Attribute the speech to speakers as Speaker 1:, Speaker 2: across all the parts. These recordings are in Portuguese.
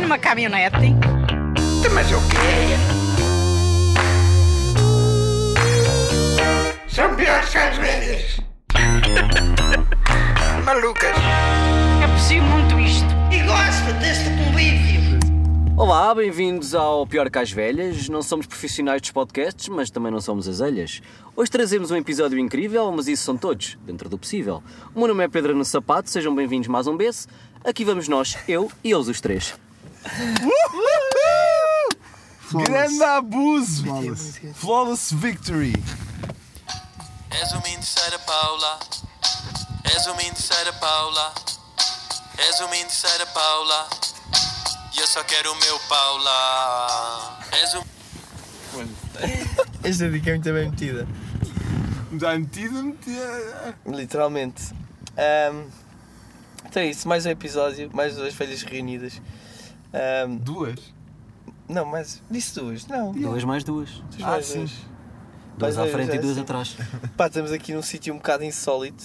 Speaker 1: numa caminhonete, hein?
Speaker 2: Mas o quê? São piores que as velhas. Malucas.
Speaker 1: É possível muito isto.
Speaker 2: E gosto deste convívio.
Speaker 3: Olá, bem-vindos ao Pior que as Velhas. Não somos profissionais dos podcasts, mas também não somos as elhas. Hoje trazemos um episódio incrível, mas isso são todos, dentro do possível. O meu nome é Pedro no Sapato, sejam bem-vindos mais um beijo. Aqui vamos nós, eu e eles os três.
Speaker 4: Grande abuso!
Speaker 5: Flawless.
Speaker 4: Flawless victory!
Speaker 6: És uma interesseira Paula. És uma interesseira Paula. És uma interesseira Paula. E eu só quero o meu Paula. És um.
Speaker 5: Esta dica é muito bem metida,
Speaker 4: Dá metida,
Speaker 7: é.
Speaker 4: metida.
Speaker 5: literalmente. Ahm, então é isso, mais um episódio, mais duas velhas reunidas. Ahm,
Speaker 4: Duas?
Speaker 5: não, mais. Disse duas, não.
Speaker 3: Duas mais duas.
Speaker 5: Disse
Speaker 4: Ah,
Speaker 5: mais
Speaker 4: sim.
Speaker 5: duas.
Speaker 3: Duas
Speaker 5: Mais
Speaker 3: à
Speaker 5: dois,
Speaker 3: frente e
Speaker 5: é
Speaker 3: duas
Speaker 5: assim.
Speaker 3: atrás.
Speaker 5: Pá, estamos aqui num sítio um bocado insólito,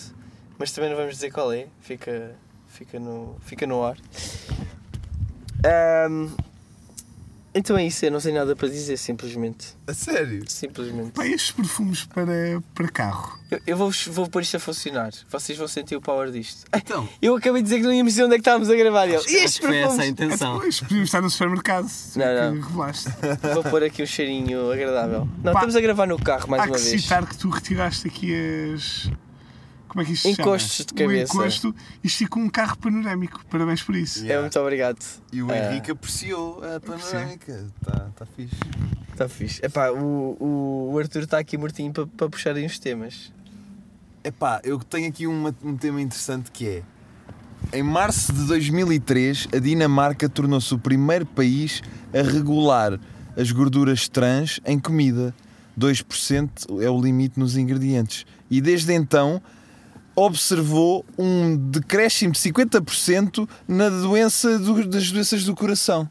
Speaker 5: mas também não vamos dizer qual é, fica, fica, no, fica no ar. Ahm, então é isso, eu não sei nada para dizer, simplesmente.
Speaker 4: A sério?
Speaker 5: Simplesmente.
Speaker 4: Pá, estes perfumes para, para carro.
Speaker 5: Eu, eu vou, vou pôr isto a funcionar. Vocês vão sentir o power disto.
Speaker 4: Então.
Speaker 5: Eu acabei de dizer que não íamos dizer onde é que estávamos a gravar. E ele,
Speaker 3: Acho
Speaker 5: estes
Speaker 3: que foi essa a
Speaker 5: perfumes!
Speaker 4: É
Speaker 3: intenção.
Speaker 4: Depois podíamos tipo, estar no supermercado.
Speaker 5: Não,
Speaker 4: que Revelaste.
Speaker 5: Vou pôr aqui um cheirinho agradável. Não,
Speaker 4: Pá.
Speaker 5: estamos a gravar no carro mais
Speaker 4: Há
Speaker 5: uma
Speaker 4: que
Speaker 5: vez.
Speaker 4: citar que tu retiraste aqui as. Como é que isto se chama?
Speaker 5: Encostos de
Speaker 4: O
Speaker 5: cabeça.
Speaker 4: encosto e esticou um carro panorâmico. Parabéns por isso.
Speaker 5: É muito obrigado.
Speaker 7: E o
Speaker 5: Ah.
Speaker 4: É.
Speaker 7: Henrique apreciou a panorâmica. Está tá fixe.
Speaker 5: Está fixe. Epá, o, o, o Arthur está aqui mortinho para para puxar aí uns temas.
Speaker 7: Epá, eu tenho aqui uma- um tema interessante que é. Em março de 2003, a Dinamarca tornou-se o primeiro país a regular as gorduras trans em comida. 2% é o limite nos ingredientes. E desde então observou um decréscimo de 50% na doença do- das doenças do coração.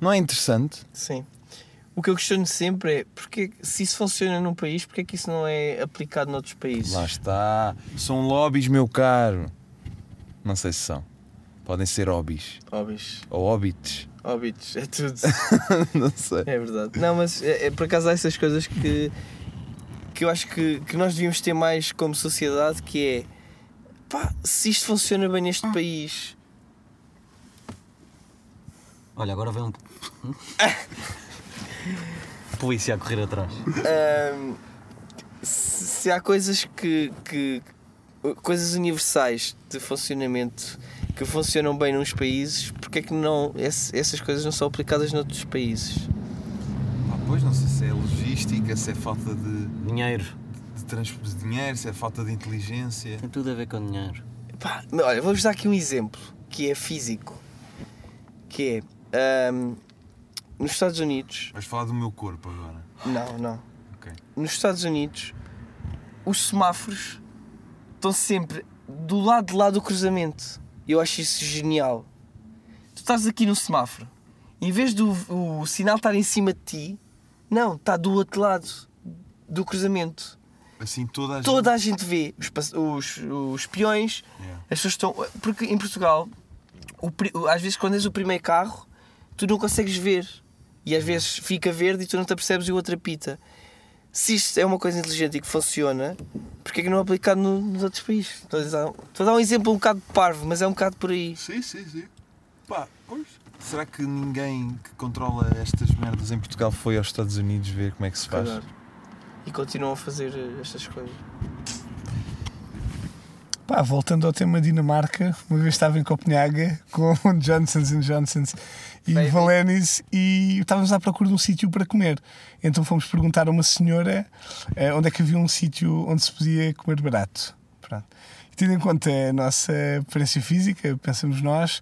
Speaker 7: Não é interessante?
Speaker 5: Sim. O que eu questiono sempre é porque se isso funciona num país, porque é que isso não é aplicado noutros países?
Speaker 7: Lá está. São lobbies, meu caro. Não sei se são. Podem ser hobbies.
Speaker 5: Óbvios.
Speaker 7: Ou hobbits.
Speaker 5: Óbitos, é tudo.
Speaker 7: Não sei.
Speaker 5: É verdade. Não, mas é, é, por acaso há essas coisas que, que eu acho que, que nós devíamos ter mais como sociedade, que é pá, se isto funciona bem neste país,
Speaker 3: Olha, agora vem um. Polícia a correr atrás.
Speaker 5: ahm, se, se há coisas que, que. coisas universais de funcionamento que funcionam bem nos países, porque é que não esse- essas coisas não são aplicadas noutros países?
Speaker 7: Ah, pois, não sei se é logística, se é falta de,
Speaker 3: Dinheiro.
Speaker 7: de transporte de dinheiro, se é falta de inteligência.
Speaker 3: Tem tudo a ver com dinheiro.
Speaker 5: Pá, olha, vou-vos dar aqui um exemplo que é físico. Que é. ahm, nos Estados Unidos,
Speaker 7: Vais falar do meu corpo agora.
Speaker 5: Não, não.
Speaker 7: Ok.
Speaker 5: Nos Estados Unidos, os semáforos estão sempre do lado de lá do cruzamento. Eu acho isso genial. Tu estás aqui no semáforo, em vez do o sinal estar em cima de ti, não, está do outro lado do cruzamento.
Speaker 7: Assim toda a
Speaker 5: Toda a gente vê os, pass- os, os peões,
Speaker 7: Yeah.
Speaker 5: as pessoas estão. Porque em Portugal, o pri- às vezes quando és o primeiro carro, tu não consegues ver. E às vezes fica verde e tu não te apercebes e o outro apita. Se isto é uma coisa inteligente e que funciona, porque é que não é aplicado no- nos outros países? Estou a dar- estou a dar um exemplo um bocado parvo, mas é um bocado por aí.
Speaker 7: Sim, sim, sim. Pá, pois. Será que ninguém que controla estas merdas em Portugal foi aos Estados Unidos ver como é que se faz?
Speaker 5: Calhar. E continuam a fazer eh, estas coisas.
Speaker 4: Pá, voltando ao tema Dinamarca, uma vez estava em Copenhaga com Johnsons Johnsons e
Speaker 5: Baby.
Speaker 4: Valenis e estávamos à procura de um sítio para comer. Então fomos perguntar a uma senhora eh, onde é que havia um sítio onde se podia comer barato. Pronto. E tendo em conta a nossa aparência física, pensamos nós,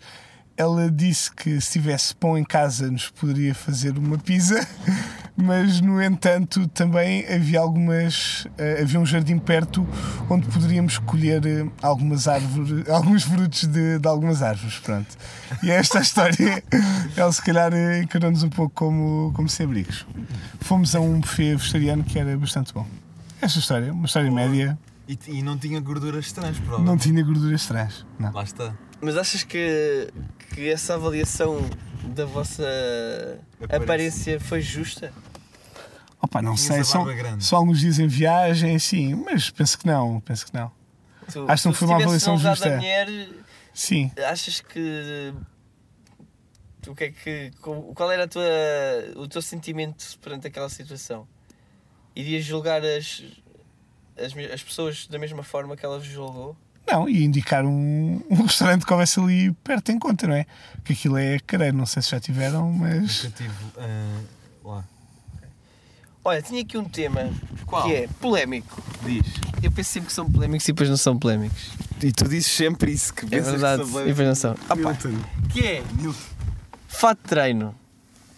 Speaker 4: ela disse que se tivesse pão em casa nos poderia fazer uma pizza, mas no entanto também havia algumas eh, havia um jardim perto onde poderíamos colher eh, algumas árvores, alguns frutos de, de algumas árvores, pronto. E é esta história, ela se calhar eh, encarou-nos um pouco como, como sem abrigos. Fomos a um buffet vegetariano que era bastante bom. Esta história, uma história média,
Speaker 7: E, e não tinha gorduras trans, prova.
Speaker 4: não tinha gorduras trás. Não.
Speaker 7: Lá está.
Speaker 5: Mas achas que, que essa avaliação da vossa
Speaker 7: Aparência.
Speaker 5: aparência foi justa?
Speaker 4: Opa, não
Speaker 7: Tinhas
Speaker 4: sei,
Speaker 7: a
Speaker 4: só,
Speaker 7: barba grande.
Speaker 4: só alguns dias em viagem, sim, mas penso que não, penso que não.
Speaker 5: Tu,
Speaker 4: Acho que não
Speaker 5: tu,
Speaker 4: foi
Speaker 5: se
Speaker 4: uma
Speaker 5: tivesses
Speaker 4: avaliação
Speaker 5: não usado
Speaker 4: justa.
Speaker 5: a mulher,
Speaker 4: Sim.
Speaker 5: achas que tu, o que é que co- qual era a tua o teu sentimento perante aquela situação irias julgar as as, me- as pessoas da mesma forma que ela vos julgou
Speaker 4: Não, e indicar um, um restaurante que houvesse ali perto em conta, não é? Que aquilo é careiro, não sei se já tiveram, mas.
Speaker 7: Nunca tive. ah, lá.
Speaker 5: olha tinha aqui um tema
Speaker 7: Qual?
Speaker 5: que é polémico
Speaker 7: Diz.
Speaker 5: eu penso sempre que são polémicos e depois não são polémicos
Speaker 7: E tu dizes sempre isso que
Speaker 5: é
Speaker 7: pensas
Speaker 5: verdade
Speaker 7: que
Speaker 5: e
Speaker 7: são
Speaker 5: depois não são Ah, pá,
Speaker 7: Milton.
Speaker 5: que é fato de treino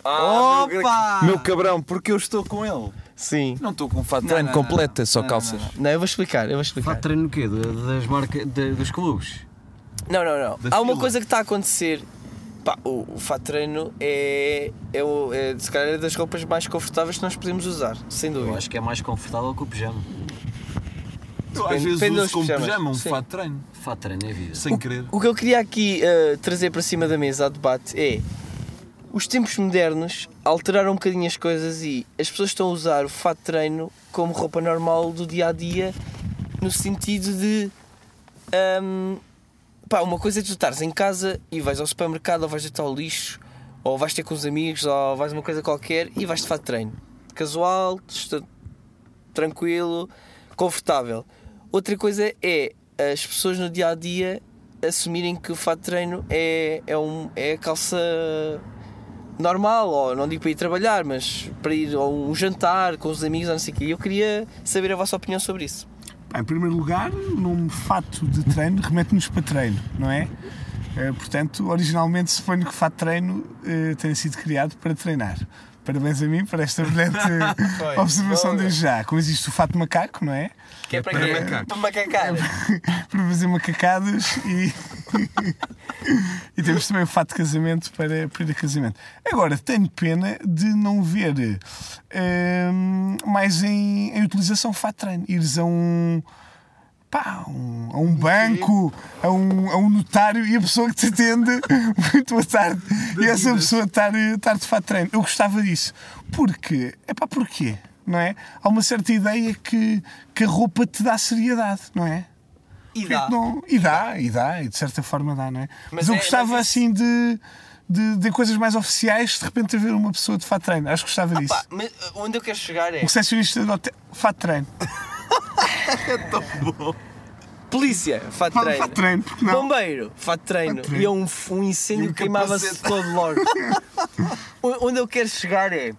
Speaker 7: Ah, meu
Speaker 5: Opa!
Speaker 7: gra- Meu cabrão, porque eu estou com ele.
Speaker 5: sim
Speaker 7: Não estou com um fato de
Speaker 5: Não,
Speaker 7: treino
Speaker 5: não, não,
Speaker 7: completo, é só
Speaker 5: não,
Speaker 7: calças.
Speaker 5: não, não, não. eu vou explicar eu vou
Speaker 3: Fato
Speaker 5: explicar
Speaker 3: de treino o quê? Da- Das marcas, dos clubes?
Speaker 5: Não, não, não.
Speaker 7: Da
Speaker 5: Há uma
Speaker 7: fila.
Speaker 5: coisa que está a acontecer. Pá, o, o fato de treino é, é, o- é, se calhar, é das roupas mais confortáveis que nós podemos usar, sem
Speaker 3: Eu
Speaker 5: dúvida.
Speaker 3: acho que é mais confortável que o pijama.
Speaker 7: Eu às
Speaker 5: Depende-
Speaker 7: vezes
Speaker 5: depende
Speaker 7: uso
Speaker 5: dos
Speaker 7: como
Speaker 5: pijamas.
Speaker 7: pijama um
Speaker 5: Sim.
Speaker 7: fato de treino,
Speaker 3: Fato de treino é vida.
Speaker 7: sem querer.
Speaker 5: O que eu queria aqui eh, trazer para cima da mesa, a debate, é os tempos modernos alteraram um bocadinho as coisas e as pessoas estão a usar o fato de treino como roupa normal do dia a dia, no sentido de. ahm, pá, uma coisa é tu estares em casa e vais ao supermercado ou vais deitar ao lixo ou vais ter com os amigos ou vais a uma coisa qualquer e vais de fato de treino. Casual, estou tranquilo, confortável. Outra coisa é as pessoas no dia a dia assumirem que o fato de treino é, é, um, é a calça normal, ou não digo para ir trabalhar, mas para ir a um jantar com os amigos ou não sei o quê. E Eu queria saber a vossa opinião sobre isso.
Speaker 4: Pá, em primeiro lugar, o nome fato de treino remete-nos para treino, não é? Eh, Portanto, originalmente suponho que fato de treino eh, tenha sido criado para treinar. Parabéns a mim por esta brilhante
Speaker 5: Foi.
Speaker 4: observação
Speaker 5: Boa.
Speaker 4: desde já. Como existe o fato macaco, não é?
Speaker 5: Que é para,
Speaker 7: para
Speaker 5: quê? É.
Speaker 7: macacos.
Speaker 5: Para macacar.
Speaker 4: para fazer macacadas e. e temos também o fato de casamento para, para ir a casamento. Agora, tenho pena de não ver hum, mais em, em utilização o fato de treino. Ires a um. Pá, um- a um banco, a um, a um notário e a pessoa que te atende, muito boa tarde, e essa pessoa estar, estar de fato de treino. Eu gostava disso. Porque, é pá, porquê? Não é? Há uma certa ideia que, que a roupa te dá seriedade, não é?
Speaker 5: E
Speaker 4: Porque
Speaker 5: dá.
Speaker 4: não- e dá, e dá, e de certa forma dá, não é? Mas, eu
Speaker 5: é-
Speaker 4: gostava
Speaker 5: mas
Speaker 4: assim de, de, de coisas mais oficiais, de repente haver uma pessoa de fato de treino. Acho que gostava disso.
Speaker 5: Pá, mas onde eu quero chegar é.
Speaker 4: Um recepcionista de hotel, fato de treino.
Speaker 5: Polícia, fato de
Speaker 4: Fala
Speaker 5: treino.
Speaker 4: de fato de treino, porque não?
Speaker 5: Bombeiro, fato de treino.
Speaker 4: treino.
Speaker 5: E é um, f- um incêndio
Speaker 7: E um
Speaker 5: que queimava-se
Speaker 7: capacete.
Speaker 5: todo logo. O- Onde eu quero chegar é.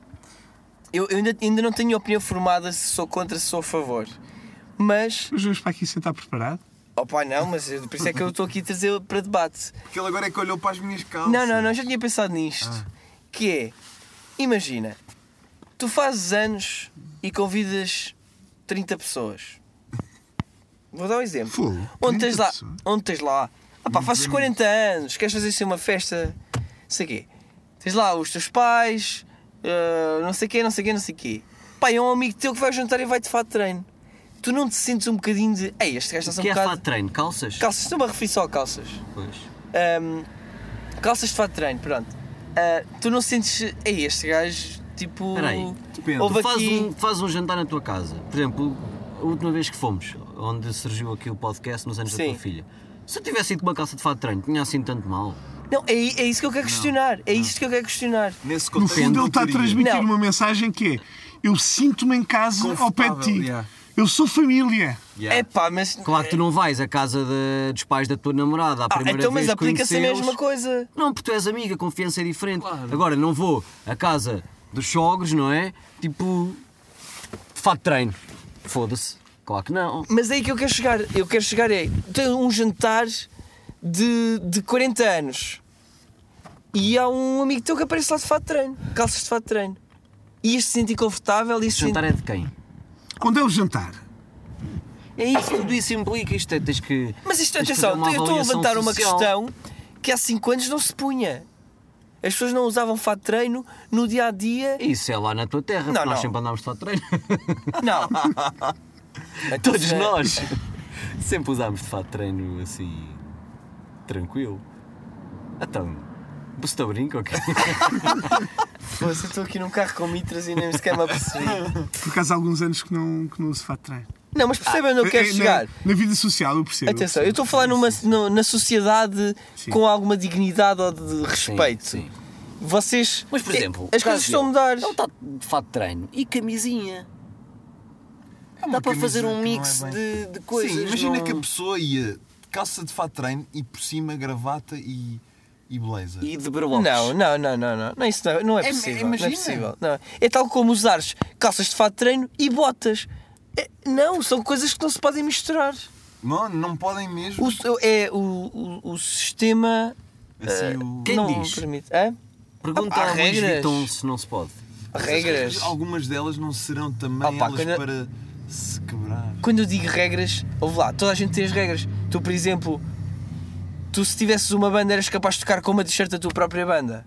Speaker 5: Eu, eu ainda, ainda não tenho opinião formada se sou contra, se sou a favor. Mas.
Speaker 4: Mas vamos para aqui sentar preparado.
Speaker 5: Opa, não, mas eu- por isso é que eu estou aqui a trazer para debate.
Speaker 7: Porque ele agora é que olhou para as minhas calças.
Speaker 5: Não, não, não, já tinha pensado nisto.
Speaker 4: Ah.
Speaker 5: Que é. Imagina, tu fazes anos e convidas 30 pessoas. Vou dar um exemplo.
Speaker 4: Fogo,
Speaker 5: Onde tens
Speaker 4: 30
Speaker 5: lá?
Speaker 4: pessoas?
Speaker 5: Onde tens lá? Ah pá, fazes 40 anos, queres fazer assim uma festa, não sei quê. Tens lá os teus pais, ah, não sei quê, não sei quê, não sei quê. Pá, e é um amigo teu que vai jantar e vai de fato de treino. Tu não te sentes um bocadinho de. Ei, este gajo
Speaker 3: O
Speaker 5: está
Speaker 3: que
Speaker 5: um
Speaker 3: é
Speaker 5: bocado.
Speaker 3: fato de treino? Calças?
Speaker 5: Calças, isto é uma refeição a calças.
Speaker 3: Pois.
Speaker 5: Ahm, calças de fato de treino, pronto. Ah, tu não sentes. Ei, este gajo, tipo.
Speaker 3: Espera aí,
Speaker 7: depende.
Speaker 5: Houve
Speaker 3: Tu fazes,
Speaker 5: aqui.
Speaker 3: um, fazes um jantar na tua casa. Por exemplo, a última vez que fomos, onde surgiu aqui o podcast, nos anos da
Speaker 5: Sim.
Speaker 3: tua filha. Se eu tivesse ido com uma calça de fato de treino, tinha assim tanto mal.
Speaker 5: Não, é, é isso que eu quero questionar. É isto que eu quero questionar.
Speaker 7: Nesse
Speaker 4: No
Speaker 7: contexto.
Speaker 4: fundo, ele está a transmitir
Speaker 5: Não.
Speaker 4: uma mensagem que é: eu sinto-me em casa ao pé de ti.
Speaker 7: Confortável, yeah.
Speaker 4: Eu sou família.
Speaker 5: É pá, mas.
Speaker 3: Claro que tu não vais à casa de- dos pais da tua namorada à
Speaker 5: Ah,
Speaker 3: primeira
Speaker 5: então,
Speaker 3: vez
Speaker 5: mas
Speaker 3: que
Speaker 5: aplica-se a
Speaker 3: conhecê-los.
Speaker 5: mesma coisa.
Speaker 3: Não, porque tu és amiga, a confiança é diferente. Agora, não vou à casa dos sogros, não é? Tipo, de fato de treino. Foda-se. Claro que não.
Speaker 5: Mas é aí que eu quero chegar. Eu quero chegar é. Tem um jantar de, de 40 anos e há um amigo teu que aparece lá de fato de treino, calças de fato de treino. E este se sentir confortável, e este
Speaker 3: Esse jantar é de quem?
Speaker 4: Quando é o jantar?
Speaker 3: É isso, tudo isso implica. Isto é, tens que.
Speaker 5: Mas isto,
Speaker 3: tens que
Speaker 5: atenção,
Speaker 3: fazer uma
Speaker 5: eu estou a
Speaker 3: avaliação
Speaker 5: levantar uma
Speaker 3: social.
Speaker 5: questão que há 5 anos não se punha. As pessoas não usavam fato de treino no dia a dia.
Speaker 3: Isso é lá na tua terra,
Speaker 5: Não,
Speaker 3: porque nós
Speaker 5: não.
Speaker 3: sempre andámos de fato de treino.
Speaker 5: Não. Então, é-
Speaker 3: Todos nós. Sempre usámos de fato de treino assim. tranquilo. Então. Você está brinco, ok?
Speaker 5: Foda-se, eu estou aqui num carro com mitras e nem sequer me apercebi.
Speaker 4: Por acaso há alguns anos que não, que não uso fato de treino.
Speaker 5: Não, mas percebem onde Ah, eu quero
Speaker 4: Eh, eh,
Speaker 5: chegar.
Speaker 4: Na, na vida social, eu percebo.
Speaker 5: Atenção, eu estou
Speaker 4: percebo.
Speaker 5: a falar numa, no- na sociedade
Speaker 4: Sim.
Speaker 5: com alguma dignidade ou de respeito.
Speaker 3: sim.
Speaker 5: Vocês.
Speaker 3: Mas, por
Speaker 5: eh,
Speaker 3: exemplo, é um
Speaker 5: As
Speaker 3: o
Speaker 5: coisas
Speaker 3: caso
Speaker 5: estão a
Speaker 3: dele,
Speaker 5: mudar.
Speaker 3: Ele está de fato de treino e camisinha. Dá para fazer um mix de, de coisas.
Speaker 7: é Sim, imagina
Speaker 3: não-
Speaker 7: que a pessoa ia de calça de fato de treino e por cima gravata e, e blazer.
Speaker 3: E de berloques.
Speaker 5: Não, não, não, não, não. não isso não, não é
Speaker 7: É-
Speaker 5: possível.
Speaker 7: imagina.
Speaker 5: Não é, possível. Não. é tal como usares calças de fato de treino e botas. É- não, são coisas que não se podem misturar.
Speaker 7: Não, não podem mesmo.
Speaker 5: O, so- é o, o, o sistema.
Speaker 7: Assim, o-
Speaker 3: Quem
Speaker 5: não
Speaker 3: diz?
Speaker 5: permite. Hã?
Speaker 3: Pergunta
Speaker 5: Há
Speaker 3: a Luís
Speaker 5: regras.
Speaker 3: Vuitton se não se pode.
Speaker 5: Regras.
Speaker 7: Algumas delas não serão também
Speaker 5: Ah, pá,
Speaker 7: elas
Speaker 5: quando-
Speaker 7: para se quebrar.
Speaker 5: Quando eu digo regras, ouve lá, toda a gente tem as regras. Tu, por exemplo, tu se tivesses uma banda eras capaz de tocar com uma t-shirt da tua própria banda.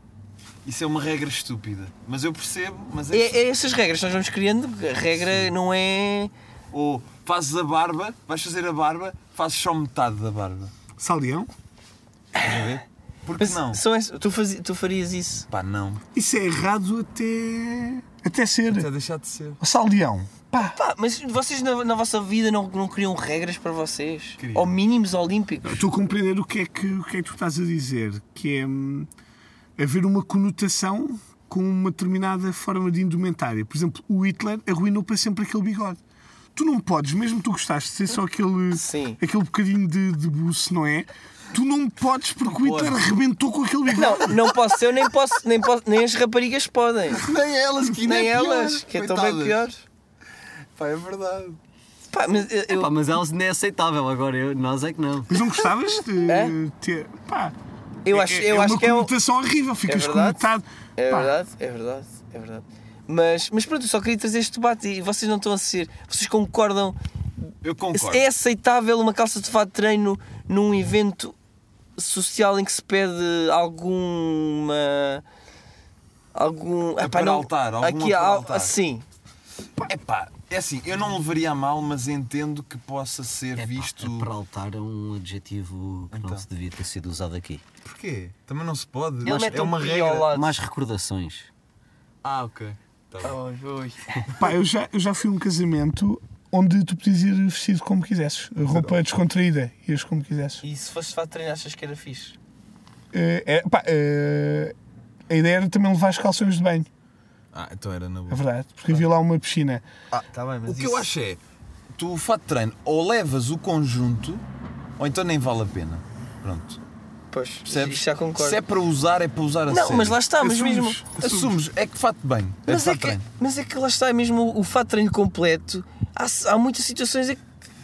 Speaker 7: Isso é uma regra estúpida. Mas eu percebo, mas é.
Speaker 5: É, é essas regras que nós vamos criando, porque a regra não é.
Speaker 7: Ou fazes a barba, vais fazer a barba, fazes só metade da barba.
Speaker 4: Salião?
Speaker 7: Estás a ver? Porque
Speaker 5: Mas
Speaker 7: não?
Speaker 5: São essas- tu, fazi- tu farias isso.
Speaker 7: Pá, não.
Speaker 4: Isso é errado até. Até ser.
Speaker 7: Está a deixar de ser.
Speaker 4: O Salião. Pá,
Speaker 5: Pá, mas vocês na, na vossa vida não, não criam regras para vocês?
Speaker 7: Criam.
Speaker 5: Ou mínimos olímpicos?
Speaker 4: estou a compreender o que, é que, o que é que tu estás a dizer. Que é hum, haver uma conotação com uma determinada forma de indumentária. Por exemplo, o Hitler arruinou para sempre aquele bigode. Tu não podes, mesmo tu gostaste de ser só aquele,
Speaker 5: Sim.
Speaker 4: aquele bocadinho de, de buço, não é? Tu não podes porque o Hitler arrebentou com aquele bigode.
Speaker 5: Não, não posso eu, nem posso, nem posso, nem as raparigas podem.
Speaker 7: Nem elas, que ainda
Speaker 5: Nem
Speaker 7: é pior,
Speaker 5: elas, que é tão bem
Speaker 7: coitadas.
Speaker 5: pior.
Speaker 7: Pá, é verdade.
Speaker 5: Pá, mas eu- eu-
Speaker 3: Pá, mas elas não é aceitável agora, eu- nós é que não.
Speaker 4: Mas não gostavas de
Speaker 5: É?
Speaker 4: ter. Pá,
Speaker 5: eu acho, eu
Speaker 4: é
Speaker 5: acho
Speaker 4: uma
Speaker 5: que é. o-
Speaker 4: conotação horrível, ficas
Speaker 5: verdade.
Speaker 4: conotado.
Speaker 5: É
Speaker 4: Pá,
Speaker 5: verdade, é verdade, é verdade. Mas, mas pronto, eu só queria trazer este debate e vocês não estão a ser. Vocês concordam?
Speaker 7: Eu concordo.
Speaker 5: É aceitável uma calça de fato de treino num evento social em que se pede alguma. Algum.
Speaker 7: É
Speaker 5: Ah,
Speaker 7: para altar, algum
Speaker 5: aqui há-
Speaker 7: apelo altar.
Speaker 5: Assim.
Speaker 7: É pá, é assim, eu não levaria a mal, mas entendo que possa ser visto.
Speaker 3: É para altar é um adjetivo que
Speaker 7: Então.
Speaker 3: não se devia ter sido usado aqui.
Speaker 7: Porquê? Também não se pode.
Speaker 5: Ele mete
Speaker 7: é uma
Speaker 5: um pi
Speaker 7: regra.
Speaker 5: ao lado.
Speaker 3: Mais recordações.
Speaker 7: Ah, ok. Tá bem.
Speaker 5: Oi, oi.
Speaker 4: Pá, eu já, eu já fui a um casamento onde tu podias ir vestido como quisesses, roupa descontraída, ias como quisesses.
Speaker 5: E se fosse de fato de treino, achas que era fixe?
Speaker 4: Eh, é, pá, eh, a ideia era também levar os calções de banho,
Speaker 7: Ah, então era na
Speaker 4: é
Speaker 7: boa.
Speaker 4: verdade, porque havia lá uma piscina.
Speaker 5: Ah, tá bem, mas
Speaker 7: O que eu acho é, tu o fato de treino ou levas o conjunto, ou então nem vale a pena. Pronto.
Speaker 5: Pois,
Speaker 7: Percebes?
Speaker 5: isto já concordo.
Speaker 7: Se é para usar, é para usar a
Speaker 5: Não,
Speaker 7: sério.
Speaker 5: mas lá está, mas
Speaker 7: Assumes,
Speaker 5: mesmo-
Speaker 7: Assumes, é que fato de bem. É
Speaker 5: Mas
Speaker 7: fato
Speaker 5: é,
Speaker 7: de
Speaker 5: que,
Speaker 7: treino.
Speaker 5: mas é que lá está, é mesmo o fato de treino completo, há, há muitas situações em que,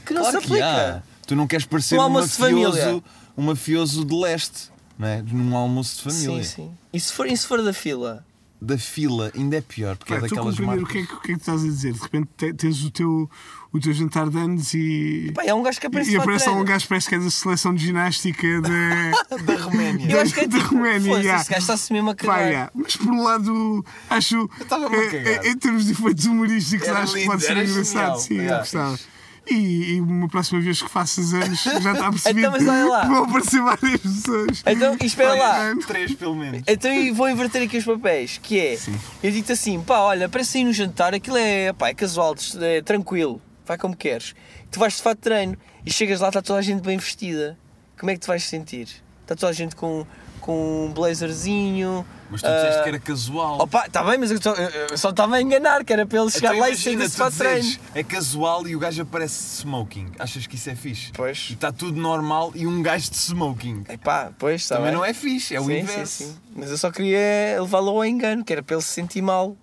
Speaker 5: que não
Speaker 7: Claro
Speaker 5: se
Speaker 7: que há.
Speaker 5: aplica.
Speaker 7: Tu não queres parecer
Speaker 5: Um
Speaker 7: um
Speaker 5: almoço de
Speaker 7: mafioso,
Speaker 5: família.
Speaker 7: um mafioso de leste, não é? Num almoço de
Speaker 5: sim,
Speaker 7: família.
Speaker 5: sim. E se for, e se for da fila?
Speaker 7: Da fila ainda é pior, porque
Speaker 4: Pá,
Speaker 7: é
Speaker 4: estou a
Speaker 7: daquelas
Speaker 4: compreender
Speaker 7: marcas.
Speaker 4: o que, é, que- o que é que estás a dizer. De repente te- tens o teu, o teu jantar de anos e.
Speaker 5: Pá, é um gajo que aparece
Speaker 4: e
Speaker 5: para
Speaker 4: aparece lá
Speaker 5: treino.
Speaker 4: um gajo que parece que é da seleção de ginástica da.
Speaker 7: Da Roménia.
Speaker 5: Eu acho que é
Speaker 4: da
Speaker 5: tipo,
Speaker 4: Roménia,
Speaker 5: foda-se,
Speaker 4: já.
Speaker 5: esse gajo está-se mesmo a cagar.
Speaker 4: Pá, já. Mas por um lado, acho.
Speaker 7: estava-me a
Speaker 4: eh,
Speaker 7: cagar.
Speaker 4: eh, Em termos de efeitos humorísticos,
Speaker 7: Era
Speaker 4: acho que
Speaker 7: lindo,
Speaker 4: pode ser
Speaker 7: era
Speaker 4: engraçado.
Speaker 7: genial.
Speaker 4: Sim, eu
Speaker 7: Yeah.
Speaker 4: gostava. E, e uma próxima vez que faças anos, já está percebido
Speaker 5: Então, mas olha lá.
Speaker 4: que vão aparecer várias pessoas.
Speaker 5: Então, e espera lá.
Speaker 7: Três, pelo menos.
Speaker 5: Então e vou inverter aqui os papéis, que é, eu digo-te assim, pá, olha, aparece aí no jantar, aquilo é, pá, é casual, é tranquilo, vai como queres. Tu vais de fato de treino e chegas lá, está toda a gente bem vestida. Como é que te vais sentir? Está toda a gente com, com um blazerzinho.
Speaker 7: Mas tu disseste
Speaker 5: ah,
Speaker 7: que era casual.
Speaker 5: Opa, está bem, mas eu, só- eu- eu só estava a enganar, que era para ele chegar
Speaker 7: Então
Speaker 5: lá e
Speaker 7: imagina,
Speaker 5: sentir-se
Speaker 7: tu
Speaker 5: para treino.
Speaker 7: dizes, É casual e o gajo aparece smoking. Achas que isso é fixe?
Speaker 5: Pois.
Speaker 7: E está tudo normal e um gajo de smoking.
Speaker 5: Epá, pois, está
Speaker 7: Também
Speaker 5: bem.
Speaker 7: não é fixe, é o
Speaker 5: Sim,
Speaker 7: inverso.
Speaker 5: sim, sim. Mas eu só queria levá-lo ao engano, que era para ele se sentir mal.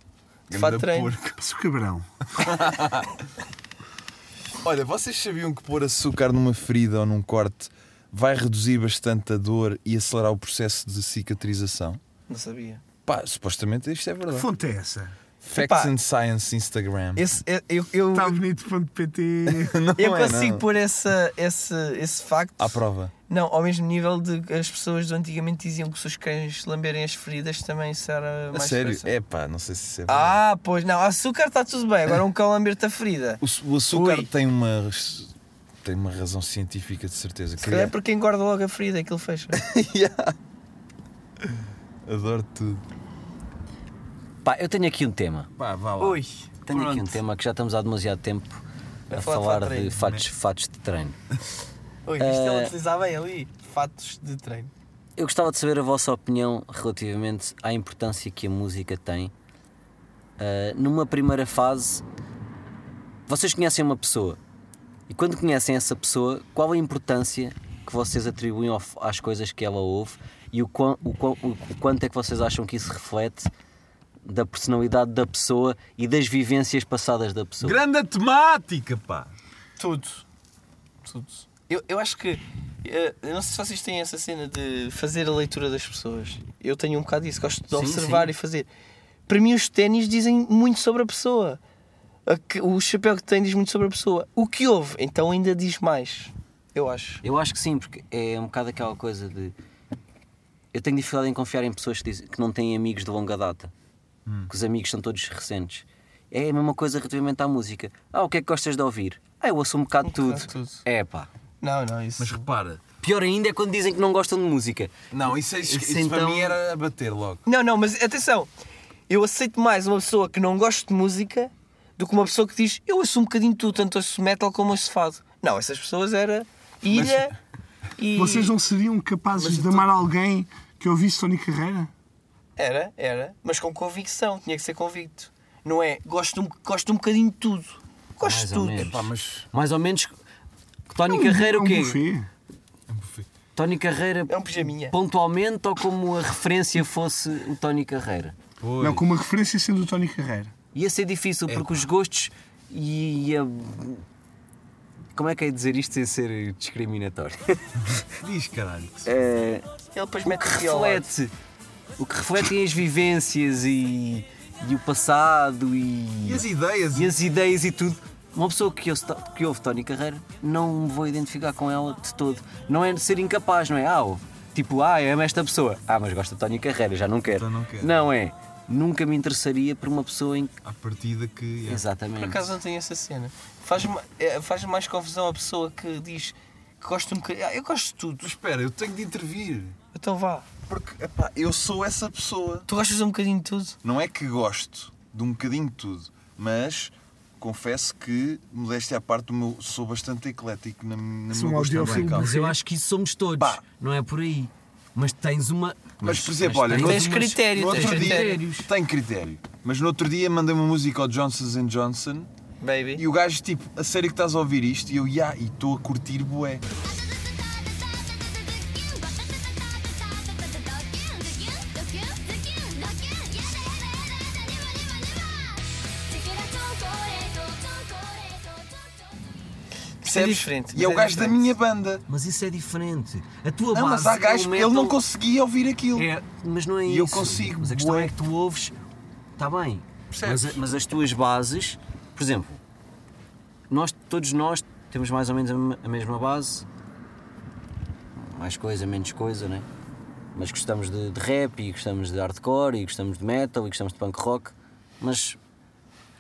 Speaker 5: De fato
Speaker 7: Ganda
Speaker 5: de treino.
Speaker 7: porco.
Speaker 4: Mas o cabrão.
Speaker 7: Olha, vocês sabiam que pôr açúcar numa ferida ou num corte vai reduzir bastante a dor e acelerar o processo de cicatrização?
Speaker 5: Não sabia.
Speaker 7: Pá, supostamente isto é verdade.
Speaker 4: Fonte é essa?
Speaker 7: Facts
Speaker 5: Epá.
Speaker 7: and Science Instagram.
Speaker 5: Esse, eu, eu, eu-
Speaker 4: Está bonito.pt.
Speaker 7: Não
Speaker 5: Eu
Speaker 7: é,
Speaker 5: consigo
Speaker 7: não.
Speaker 5: pôr essa, esse, esse facto.
Speaker 7: À prova.
Speaker 5: Não, ao mesmo nível de que as pessoas de antigamente diziam que se os cães lamberem as feridas também isso era
Speaker 7: A
Speaker 5: mais
Speaker 7: sério?
Speaker 5: fácil.
Speaker 7: É pá, não sei se isso é verdade.
Speaker 5: Ah, pois não, açúcar está tudo bem, agora um cão lamber-te a ferida.
Speaker 7: O, su- o açúcar
Speaker 5: Ui.
Speaker 7: tem uma res- tem uma razão
Speaker 5: é
Speaker 7: científica de certeza.
Speaker 5: Se calhar porque engorda logo a ferida, aquilo fecha.
Speaker 7: Yeah. Adoro tudo.
Speaker 3: Pá, eu tenho aqui um tema.
Speaker 7: Pá, vá lá.
Speaker 5: Ui,
Speaker 3: Tenho aqui um
Speaker 5: pronto.
Speaker 3: tema que já estamos há demasiado tempo a
Speaker 5: É falar
Speaker 3: falar de
Speaker 5: de fato de treino,
Speaker 3: fatos,
Speaker 7: né?
Speaker 3: fatos de treino.
Speaker 5: Ui, isto ele
Speaker 3: Eh,
Speaker 5: utilizava bem ali. Fatos de treino.
Speaker 3: Eu gostava de saber a vossa opinião relativamente à importância que a música tem. Ah, numa primeira fase, vocês conhecem uma pessoa e quando conhecem essa pessoa, qual a importância que vocês atribuem ao- às coisas que ela ouve e o, quão- o quão- o- o quanto é que vocês acham que isso reflete da personalidade da pessoa e das vivências passadas da pessoa?
Speaker 7: Grande a temática, pá.
Speaker 5: Tudo. Tudo. Eu, eu acho que. eh, Eu não sei se vocês têm essa cena de fazer a leitura das pessoas. Eu tenho um bocado disso, gosto de
Speaker 3: Sim,
Speaker 5: observar
Speaker 3: sim.
Speaker 5: e fazer. Para mim, os ténis dizem muito sobre a pessoa. A que- O chapéu que tem diz muito sobre a pessoa. O que houve, então ainda diz mais. Eu acho.
Speaker 3: Eu acho que sim, porque é um bocado aquela coisa de. Eu tenho dificuldade em confiar em pessoas que, dizem- que não têm amigos de longa data. Que os amigos são todos recentes. É a mesma coisa relativamente à música. Ah, o que é que gostas de ouvir? Ah, eu ouço um bocado de
Speaker 5: Um bocado
Speaker 3: tudo.
Speaker 5: de tudo.
Speaker 3: É pá.
Speaker 5: Não, não, isso.
Speaker 7: Mas repara,
Speaker 3: Pior ainda é quando dizem que não gostam de música.
Speaker 7: não, isso, é, isso,
Speaker 3: Isso
Speaker 7: para
Speaker 3: então-
Speaker 7: mim era a bater logo.
Speaker 5: Não, não, mas atenção. Eu aceito mais uma pessoa que não gosta de música do que uma pessoa que diz eu ouço um bocadinho de tudo, tanto ouço metal como ouço fado. Não, essas pessoas era ira e...
Speaker 4: Vocês não seriam capazes de amar alguém que ouvisse Tony Carreira?
Speaker 5: Era, era, mas com convicção, tinha que ser convicto. Não é, gosto um, gosto um bocadinho de tudo. Gosto
Speaker 3: Mais
Speaker 5: de
Speaker 3: ou
Speaker 5: tudo.
Speaker 3: menos.
Speaker 7: Pá, mas
Speaker 3: Mais ou menos.
Speaker 4: É
Speaker 3: Tony
Speaker 4: um-
Speaker 3: Carreira,
Speaker 4: é um
Speaker 3: o quê?
Speaker 4: buffet.
Speaker 3: Tony Carreira
Speaker 5: É um pijaminha.
Speaker 3: pontualmente ou como a referência fosse o Tony Carreira?
Speaker 7: pois,
Speaker 4: Não, com uma referência sendo o Tony Carreira.
Speaker 3: Ia ser difícil
Speaker 7: É
Speaker 3: porque os gostos e a. Como é que é dizer isto sem ser discriminatório?
Speaker 7: diz caralho.
Speaker 3: É,
Speaker 5: Ele depois
Speaker 3: o que
Speaker 5: mete aqui ao lado.
Speaker 3: reflete. O que refletem as vivências e, e o passado e,
Speaker 7: E as ideias?
Speaker 3: e as ideias e tudo. Uma pessoa que ouve, que ouve Tony Carreira não me vou identificar com ela de todo. Não é de ser incapaz, não é? Ah, ouve. tipo, ah, eu amo esta pessoa. Ah, mas gosta de Tony Carreira, já não quero.
Speaker 7: Então não quero.
Speaker 3: Não é. Nunca me interessaria por uma pessoa em que.
Speaker 7: À partida que. é.
Speaker 5: Por
Speaker 3: Exatamente.
Speaker 5: acaso não tem essa cena. Faz-me eh, faz-me mais confusão a pessoa que diz que gosta um bocadinho. Ah, eu gosto de tudo.
Speaker 7: Mas espera, eu tenho de intervir.
Speaker 5: Então vá.
Speaker 7: Porque, epá, eu sou essa pessoa.
Speaker 5: Tu gostas um bocadinho de tudo?
Speaker 7: Não é que gosto de um bocadinho de tudo, mas confesso que, modéstia à parte, o meu- sou bastante eclético na, na
Speaker 4: Sou
Speaker 7: meu
Speaker 4: um
Speaker 7: gosto
Speaker 4: audiófilo.
Speaker 7: musical.
Speaker 4: Mas eu
Speaker 3: acho que isso somos todos,
Speaker 7: Pá.
Speaker 3: não é por aí. Mas tens uma.
Speaker 7: Mas, por exemplo, olha, no
Speaker 5: tens
Speaker 7: outro-
Speaker 5: critério,
Speaker 7: no
Speaker 5: tens
Speaker 7: outro dia-
Speaker 5: critérios.
Speaker 7: Tem critério. Mas no outro dia mandei uma música ao Johnson Johnson
Speaker 5: Baby.
Speaker 7: e o gajo, tipo, a sério que estás a ouvir isto? E eu, ya, e estou a curtir bué.
Speaker 5: é Isso é diferente,
Speaker 7: E é o
Speaker 5: mas é
Speaker 7: gajo da
Speaker 5: diferente.
Speaker 7: minha banda.
Speaker 3: Mas isso é diferente. A tua
Speaker 7: Não, mas há gajos que ele
Speaker 5: um
Speaker 7: não conseguia ouvir aquilo.
Speaker 3: É, mas não é
Speaker 7: E
Speaker 3: isso.
Speaker 7: eu consigo,
Speaker 3: Mas a questão
Speaker 7: bué.
Speaker 3: é que tu ouves, está bem.
Speaker 7: Percebes?
Speaker 3: Mas, a- mas as tuas bases, por exemplo, nós, todos nós temos mais ou menos a, me- a mesma base, mais coisa, menos coisa, né? Mas gostamos de, de rap e gostamos de hardcore e gostamos de metal e gostamos de punk rock. Mas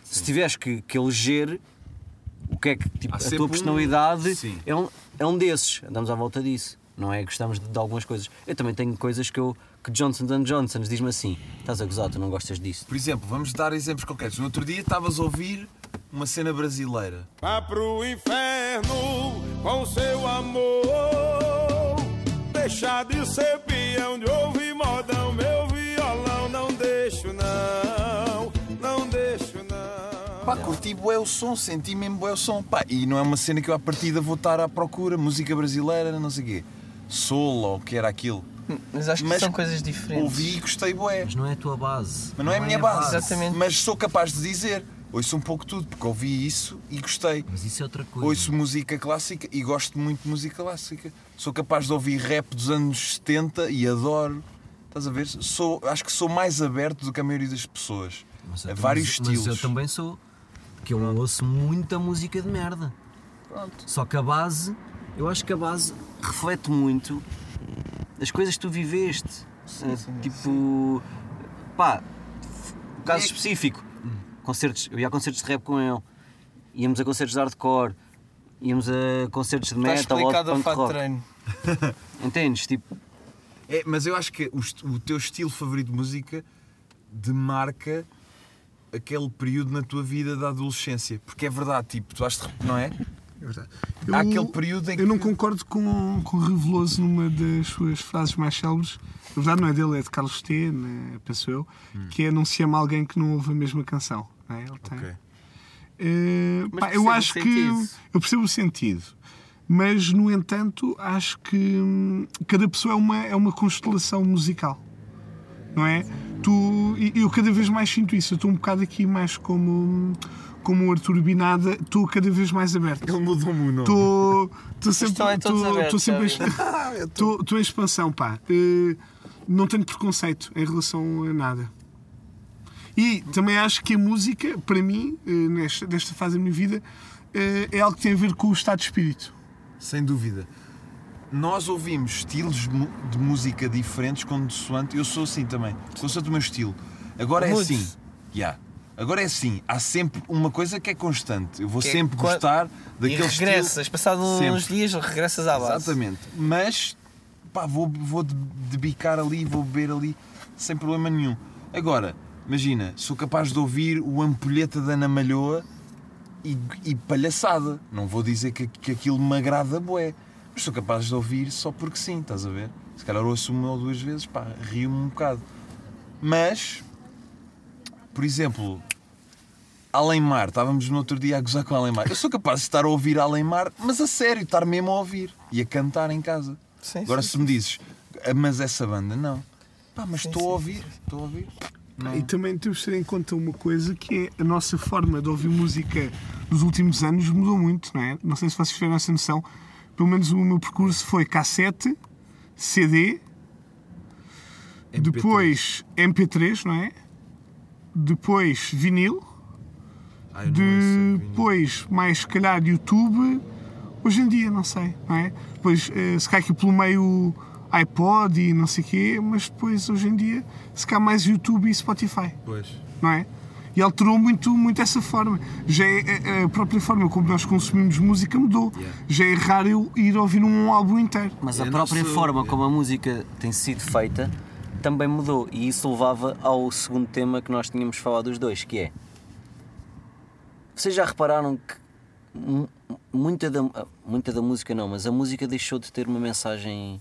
Speaker 3: se tiveres que, que eleger o que é que tipo,
Speaker 7: Há
Speaker 3: a
Speaker 7: sempre
Speaker 3: tua
Speaker 7: um-
Speaker 3: personalidade
Speaker 7: Sim.
Speaker 3: é, um, é um desses. Andamos à volta disso. Não é? Gostamos de, de algumas coisas. Eu também tenho coisas que eu que Johnson Johnson diz-me assim: estás a gozar, tu não gostas disso.
Speaker 7: Por exemplo, vamos dar exemplos concretos. No outro dia estavas a ouvir uma cena brasileira.
Speaker 8: Vá pro inferno com seu amor. Deixar de ser peão de ouvir modão, meu violão. Não deixo, não, não deixo, não.
Speaker 7: Pá, curti bué o som, senti mesmo bué o som. Pá, e não é uma cena que eu à partida vou estar à procura, música brasileira, não sei o quê. Solo, ou o que era aquilo.
Speaker 5: Mas acho que
Speaker 7: Mas
Speaker 5: são coisas diferentes.
Speaker 7: Ouvi e gostei bué.
Speaker 3: Mas não é a tua base.
Speaker 7: Mas não é a minha base.
Speaker 5: Exatamente.
Speaker 7: Mas sou capaz de dizer, ouço um pouco tudo, porque ouvi isso e gostei.
Speaker 3: Mas isso é outra coisa.
Speaker 7: Ouço música clássica e gosto muito de música clássica. Sou capaz de ouvir rap dos anos 70 e adoro. Estás a ver? Sou, acho que sou mais aberto do que a maioria das pessoas.
Speaker 3: Mas
Speaker 7: a
Speaker 3: eu tam-
Speaker 7: vários
Speaker 3: mas
Speaker 7: estilos.
Speaker 3: eu também sou. Porque eu ouço muita música de merda.
Speaker 7: Pronto.
Speaker 3: Só que a base, eu acho que a base reflete muito as coisas que tu viveste. Eh, tipo, pá, f-
Speaker 5: é
Speaker 3: caso específico,
Speaker 5: Hum.
Speaker 3: concertos, eu ia a concertos de rap com ele, íamos a concertos de hardcore, íamos a concertos de
Speaker 5: Está
Speaker 3: metal ou de
Speaker 5: Tá explicado a
Speaker 3: punk
Speaker 5: fato de
Speaker 3: rock.
Speaker 5: treino.
Speaker 3: Entendes? Tipo,
Speaker 7: É, mas eu acho que o, est- o teu estilo favorito de música demarca aquele período na tua vida da adolescência. Porque é verdade, tipo, tu achas, não é?
Speaker 4: É verdade.
Speaker 7: Há aquele período em que-
Speaker 4: Eu não concordo com, com o Reveloso numa das suas frases mais célebres. Na verdade, não é dele, é de Carlos T, né, penso eu.
Speaker 7: Hum.
Speaker 4: Que é não se ama alguém que não ouve a mesma canção. Não é? Ele tem.
Speaker 7: Ok.
Speaker 4: Eh,
Speaker 5: Mas
Speaker 4: pá,
Speaker 5: percebo
Speaker 4: eu
Speaker 5: o
Speaker 4: acho que.
Speaker 5: sentido.
Speaker 4: Eu percebo o sentido. Mas, no entanto, acho que hum, cada pessoa é uma, é uma constelação musical. Não é? Tu, e- eu cada vez mais sinto isso. Eu estou um bocado aqui mais como, hum, como o Arthur Binada. Estou cada vez mais aberto.
Speaker 7: Ele mudou-me o nome.
Speaker 4: Estou estou
Speaker 5: estão
Speaker 4: sempre,
Speaker 5: aí todos
Speaker 4: estou- estou
Speaker 5: abertos,
Speaker 4: sempre
Speaker 5: já
Speaker 4: em- estou estou em expansão, pá. Eh, não tenho preconceito em relação a nada. E também acho que a música, para mim, eh, nesta, desta fase da minha vida, eh, é algo que tem a ver com o estado de espírito.
Speaker 7: Sem dúvida. Nós ouvimos estilos mu- de música diferentes consoante. Eu sou assim também. Consoante o meu estilo. Agora é
Speaker 5: Mudes.
Speaker 7: assim. Yeah. Agora é assim. Há sempre uma coisa que é constante. Eu vou
Speaker 5: Que é
Speaker 7: sempre
Speaker 5: qua-
Speaker 7: gostar
Speaker 5: E
Speaker 7: daquele
Speaker 5: regressas,
Speaker 7: estilo.
Speaker 5: passado uns
Speaker 7: Sempre.
Speaker 5: dias, regressas à base.
Speaker 7: Exatamente. Mas pá, vou, vou de- debicar ali, vou beber ali, sem problema nenhum. Agora, imagina, sou capaz de ouvir o ampulheta da Ana Malhoa e, e palhaçada. Não vou dizer que, que aquilo me agrada bué, mas sou capaz de ouvir só porque sim, estás a ver? Se calhar ouço uma ou duas vezes, pá, rio-me um bocado. Mas, por exemplo, Além Mar, estávamos no outro dia a gozar com Além Mar. Eu sou capaz de estar a ouvir Além Mar, mas a sério, estar mesmo a ouvir e a cantar em casa.
Speaker 5: Sim,
Speaker 7: Agora,
Speaker 5: sim,
Speaker 7: se me dizes, "Ah, mas essa banda, não. Pá, mas
Speaker 5: Sim,
Speaker 7: estou
Speaker 5: sim,
Speaker 7: a ouvir, estou a ouvir. Não.
Speaker 4: E também temos de ter em conta uma coisa que é a nossa forma de ouvir música nos últimos anos mudou muito, não é? Não sei se vocês tiveram essa noção. Pelo menos o meu percurso foi cassete, CD,
Speaker 7: MP3.
Speaker 4: Depois MP3, não é? Depois vinil.
Speaker 7: Ai, Ah, eu não ouço, vinil.
Speaker 4: Depois, mais se calhar, YouTube. Hoje em dia, não sei, não é? Depois, eh, se cá aqui pelo meio iPod e não sei o quê, mas depois, hoje em dia, se cá mais YouTube e Spotify,
Speaker 7: Pois.
Speaker 4: não é? E alterou muito, muito essa forma. Já é, a- a própria forma como nós consumimos música mudou.
Speaker 7: Yeah.
Speaker 4: Já é raro eu ir ouvir um álbum inteiro.
Speaker 3: Mas
Speaker 7: É
Speaker 3: a própria
Speaker 7: nosso-
Speaker 3: forma como a música tem sido feita também mudou e isso levava ao segundo tema que nós tínhamos falado dos dois, que é vocês já repararam que mu- muita da, muita da música não, mas a música deixou de ter uma mensagem.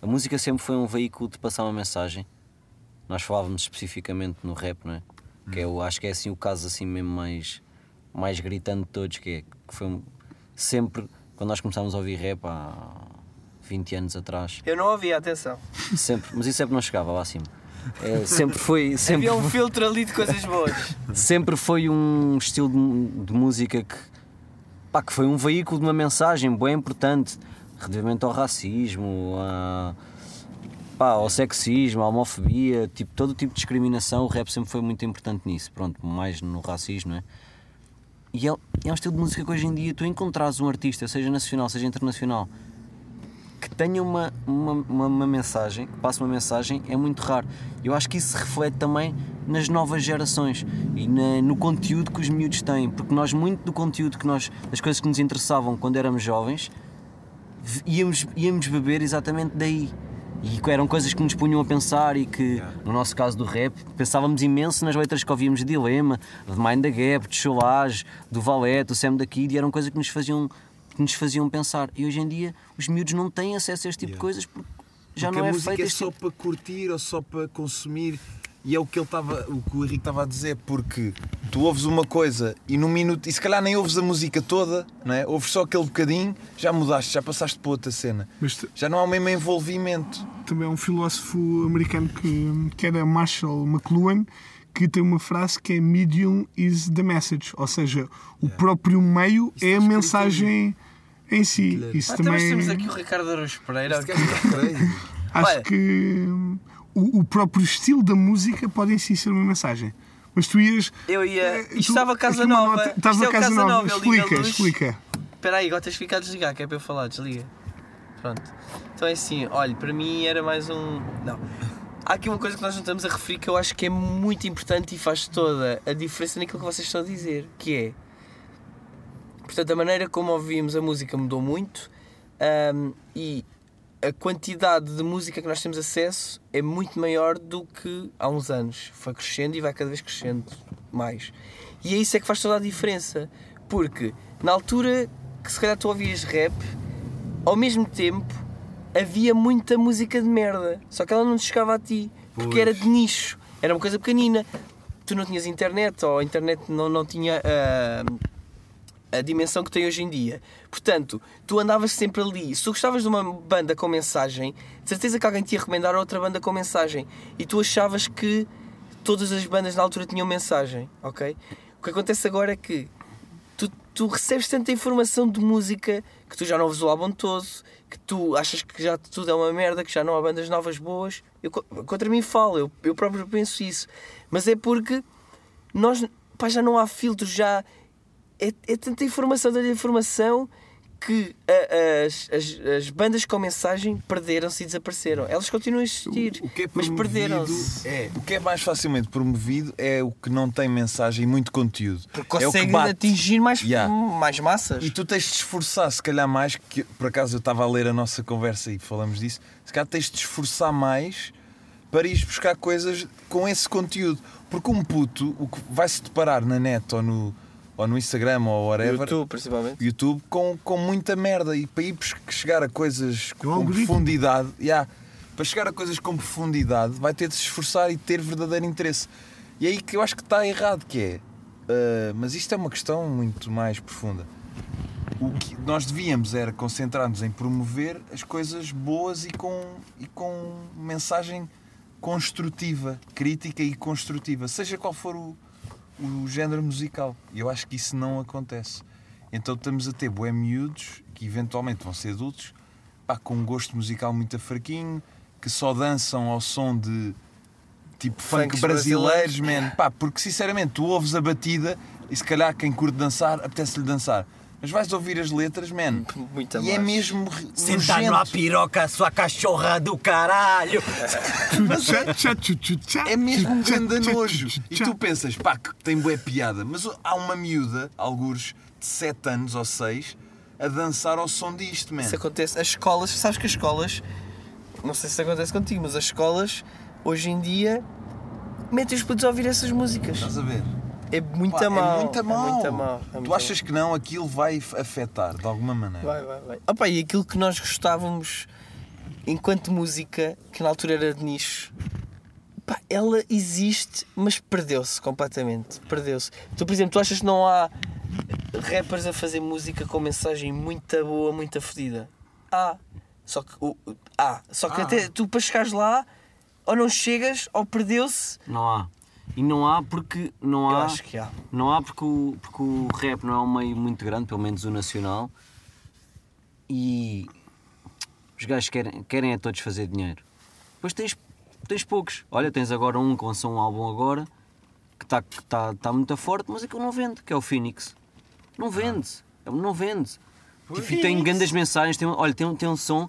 Speaker 3: A música sempre foi um veículo de passar uma mensagem. Nós falávamos especificamente no rap, não é? Que eu acho que é assim o caso assim mesmo mais, mais gritante de todos, que é que foi um- sempre quando nós começámos a ouvir rap há 20 anos atrás,
Speaker 5: Eu não ouvia, atenção.
Speaker 3: sempre, mas isso sempre não chegava lá acima. É, sempre foi, sempre
Speaker 5: Havia um filtro ali de coisas boas.
Speaker 3: sempre foi um estilo de, de música que, pá, que foi um veículo de uma mensagem bem importante relativamente ao racismo, a- pá, ao sexismo, à homofobia, tipo, todo o tipo de discriminação. O rap sempre foi muito importante nisso, pronto, mais no racismo, não é? E é, é um estilo de música que hoje em dia tu encontras um artista, seja nacional, seja internacional, que tenha uma, uma, uma- uma mensagem, que passe uma mensagem, é muito raro. Eu acho que isso se reflete também nas novas gerações e na- no conteúdo que os miúdos têm, porque nós, muito do conteúdo que nós, das coisas que nos interessavam quando éramos jovens, v- íamos, íamos beber exatamente daí. E que eram coisas que nos punham a pensar e que, no nosso caso do rap, pensávamos imenso nas letras que ouvíamos de Dilema, de Mind the Gap, de Cholage, do Valete, do Sam da Kid, e eram coisas que nos faziam que nos faziam pensar. E hoje em dia os miúdos não têm acesso a este tipo de coisas porque já
Speaker 7: Porque
Speaker 3: não
Speaker 7: a
Speaker 3: é
Speaker 7: música
Speaker 3: feito
Speaker 7: é
Speaker 3: este
Speaker 7: só para curtir ou só para consumir e é o que ele estava o que o Henrique estava a dizer porque tu ouves uma coisa e num minuto e se calhar nem ouves a música toda não é? ouves só aquele bocadinho já mudaste já passaste para outra cena
Speaker 4: Mas tu-
Speaker 7: já não há o mesmo envolvimento
Speaker 4: também é um filósofo americano que, que era Marshall McLuhan, que tem uma frase que é medium is the message, ou seja, o próprio meio é a
Speaker 7: escrito
Speaker 4: mensagem em si. Isso
Speaker 5: Até mas
Speaker 4: também
Speaker 5: Ah, temos aqui o Ricardo Aruz Pereira.
Speaker 7: Este gajo está crazy.
Speaker 4: acho
Speaker 5: Olha.
Speaker 4: que hum, o, o próprio estilo da música pode em si ser uma mensagem. Mas tu ias.
Speaker 5: Eu ia-
Speaker 4: eh,
Speaker 5: isto estava
Speaker 4: aqui
Speaker 5: Casa
Speaker 4: uma
Speaker 5: Nova.
Speaker 4: nota- Estava
Speaker 5: Isto é o
Speaker 4: casa
Speaker 5: Casa
Speaker 4: nova.
Speaker 5: Nova, eu ligo a
Speaker 4: Explica,
Speaker 5: luz.
Speaker 4: explica.
Speaker 5: Espera aí, agora tens de ficar a desligar, que é para eu falar, desliga. Pronto. Então é assim, olha, para mim era mais um. Não. Há aqui uma coisa que nós não estamos a referir que eu acho que é muito importante e faz toda a diferença naquilo que vocês estão a dizer, que é. Portanto, a maneira como ouvimos a música mudou muito hum, e a quantidade de música que nós temos acesso é muito maior do que há uns anos. Foi crescendo e vai cada vez crescendo mais. E é isso é que faz toda a diferença. Porque na altura que se calhar tu ouvias rap, ao mesmo tempo havia muita música de merda. Só que ela não te chegava a ti. Porque era de nicho. Era uma coisa pequenina. Tu não tinhas internet ou a internet não, não tinha. ah, a dimensão que tem hoje em dia. Portanto, tu andavas sempre ali. Se tu gostavas de uma banda com mensagem, de certeza que alguém te ia recomendar outra banda com mensagem. E tu achavas que todas as bandas na altura tinham mensagem, ok? O que acontece agora é que tu, tu recebes tanta informação de música que tu já não ouves o álbum todo, que tu achas que já tudo é uma merda, que já não há bandas novas boas. Eu, co- contra mim falo, eu, eu próprio penso isso. Mas é porque nós pá, já não há filtros, já é, é tanta informação, tanta informação que a- as, as, as bandas com mensagem perderam-se e desapareceram. Elas continuam a existir,
Speaker 7: O que é
Speaker 5: mas
Speaker 7: promovido-
Speaker 5: perderam-se.
Speaker 7: É, o que é mais facilmente promovido é o que não tem mensagem e muito conteúdo. é
Speaker 5: Porque
Speaker 7: o que
Speaker 5: conseguem
Speaker 7: bate.
Speaker 5: atingir mais,
Speaker 7: Yeah.
Speaker 5: mais massas.
Speaker 7: E tu tens de esforçar, se calhar mais, que por acaso eu estava a ler a nossa conversa e falamos disso, se calhar tens de esforçar mais para ir buscar coisas com esse conteúdo. Porque um puto, o que vai-se deparar na net ou no, ou no Instagram ou whatever,
Speaker 5: YouTube, principalmente.
Speaker 7: YouTube com, com muita merda e para ir pes- chegar a coisas com
Speaker 4: algoritmo.
Speaker 7: profundidade, yeah, para chegar a coisas com profundidade, vai ter de se esforçar e ter verdadeiro interesse. E é aí que eu acho que está errado, que é. ah, mas isto é uma questão muito mais profunda. O que nós devíamos era concentrar-nos em promover as coisas boas e com, e com mensagem construtiva, crítica e construtiva, seja qual for o, o género musical. E eu acho que isso não acontece. Então estamos a ter bué miúdos, que eventualmente vão ser adultos, pá, com um gosto musical muito fraquinho, que só dançam ao som de tipo funk
Speaker 5: Funks
Speaker 7: brasileiros, man. Pá, porque sinceramente tu ouves a batida e se calhar quem curte dançar, apetece-lhe dançar. Mas vais ouvir as letras, man.
Speaker 5: Muita
Speaker 7: e é
Speaker 5: mais.
Speaker 7: mesmo
Speaker 9: Sentado à
Speaker 7: nojento.
Speaker 9: piroca, sua cachorra do caralho.
Speaker 7: É mesmo um grande nojo. E tu pensas, pá, que tem bué piada. Mas há uma miúda, alguns de 7 anos ou 6, a dançar ao som disto, man.
Speaker 5: Isso é acontece. As escolas, sabes que as escolas, não sei se acontece contigo, mas as escolas hoje em dia metem os putos a ouvir essas músicas.
Speaker 7: Estás a ver?
Speaker 5: É muito
Speaker 7: Pá,
Speaker 5: mal.
Speaker 7: É muito mal.
Speaker 5: É muito mal. é muito
Speaker 7: tu achas que não, aquilo vai afetar de alguma maneira.
Speaker 5: mal. Vai, vai, vai. Opa, e aquilo que nós gostávamos enquanto música, que na altura era de nicho. pá, ela existe, mas perdeu-se completamente. Perdeu-se. Tu, por exemplo, tu achas que não há rappers a fazer música com mensagem muito boa, muito fodida? Há. Só que, o, o- há. Só
Speaker 3: Ah.
Speaker 5: que até tu para chegares lá, ou não chegas, ou perdeu-se.
Speaker 3: Não há. E não há porque não
Speaker 5: Eu
Speaker 3: há.
Speaker 5: acho que há.
Speaker 3: Não há porque o, porque o rap não é um meio muito grande, pelo menos o nacional. E os gajos querem, querem é todos fazer dinheiro. Depois tens, tens poucos. Olha, tens agora um que lançou um álbum agora que está que tá, tá muito forte, mas é que eu não vendo, que é o Phoenix. Não vende. Não vende. Tipo, e tem grandes mensagens. Tem, um- olha, tem, um- tem um som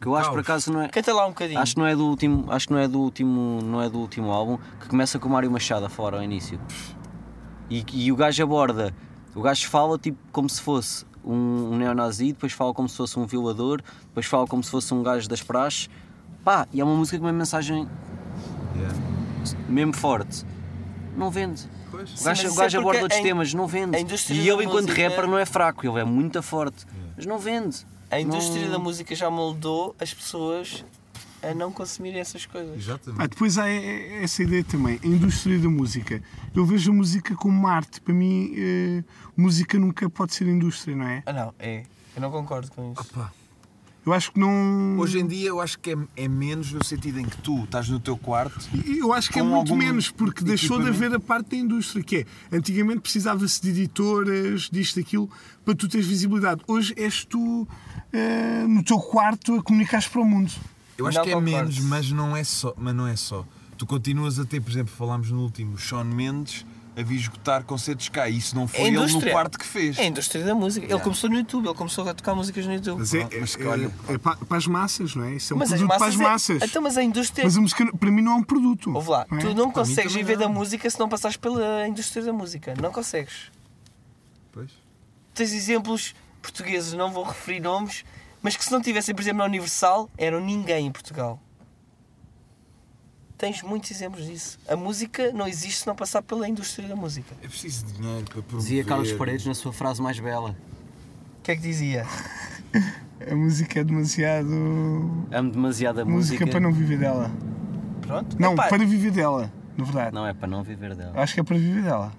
Speaker 3: que eu acho por acaso não é.
Speaker 5: Canta lá um bocadinho.
Speaker 3: Acho que não é do último, acho que não é do último, não é do último álbum que começa com o Mário Machado a falar ao início. E, e o gajo aborda, o gajo fala tipo como se fosse um, um neonazi, depois fala como se fosse um violador, depois fala como se fosse um gajo das praxes. Pá, e é uma música com uma mensagem mesmo forte. Não vende. O
Speaker 5: Sim, mas
Speaker 3: gajo, o
Speaker 5: isso
Speaker 3: gajo
Speaker 5: é porque
Speaker 3: aborda outros
Speaker 5: a in-
Speaker 3: temas, não vende.
Speaker 5: a indústria
Speaker 3: E
Speaker 5: da
Speaker 3: ele, enquanto
Speaker 5: música-
Speaker 3: rapper, não é fraco, ele é muito forte. Mas não vende.
Speaker 5: A indústria
Speaker 3: Não-
Speaker 5: da música já moldou as pessoas a não consumirem essas coisas.
Speaker 4: Ah, depois há eh, essa ideia também, a indústria da música. Eu vejo a música como uma arte. Para mim, eh, música nunca pode ser indústria, não é?
Speaker 5: Ah, não, é. Eu não concordo com
Speaker 4: Ah,
Speaker 5: isso.
Speaker 4: Eu acho que não.
Speaker 7: Hoje em dia eu acho que é, é menos no sentido em que tu estás no teu quarto.
Speaker 4: Eu acho que é
Speaker 7: com
Speaker 4: muito
Speaker 7: algum
Speaker 4: menos, porque deixou de
Speaker 7: equipamento.
Speaker 4: haver a parte da indústria, que é antigamente precisava-se de editoras, disto, daquilo, para tu teres visibilidade. Hoje és tu eh, no teu quarto a comunicares para o mundo.
Speaker 7: Eu acho
Speaker 5: Não
Speaker 7: que é
Speaker 5: concordo.
Speaker 7: menos, mas não é só. Mas não é só. Tu continuas a ter, por exemplo, falámos no último, o Sean Mendes a vir esgotar concertos cá. E isso não foi
Speaker 5: É
Speaker 7: ele no
Speaker 5: indústria.
Speaker 7: quarto que fez.
Speaker 5: É a indústria da música. Ele começou no YouTube, ele começou a tocar músicas no YouTube.
Speaker 4: Mas é,
Speaker 7: Pronto, mas
Speaker 4: é-
Speaker 7: que olha,
Speaker 4: é pa- para as massas, não é? Isso é um
Speaker 5: Mas
Speaker 4: produto para as massas.
Speaker 5: É... Então, mas a indústria.
Speaker 4: Mas a música para mim não é um produto.
Speaker 5: Ouve lá,
Speaker 4: não é?
Speaker 5: tu não consegues
Speaker 7: também
Speaker 5: viver
Speaker 7: não.
Speaker 5: da música se não passares pela indústria da música. Não consegues.
Speaker 7: Pois.
Speaker 5: Tens exemplos portugueses, não vou referir nomes, Mas que se não tivessem, por exemplo, na Universal, eram ninguém em Portugal. Tens muitos exemplos disso. A música não existe se não passar pela indústria da música.
Speaker 7: É preciso dinheiro para promover.
Speaker 3: Dizia Carlos Paredes na sua frase mais bela.
Speaker 5: O que é que dizia?
Speaker 4: A música é demasiado.
Speaker 3: Amo demasiado a música.
Speaker 4: música para não viver dela.
Speaker 5: Pronto?
Speaker 4: Não,
Speaker 5: Epá,
Speaker 4: para viver dela, na verdade.
Speaker 3: Não é para não viver
Speaker 7: Ah,
Speaker 3: dela.
Speaker 4: Acho que é para viver dela.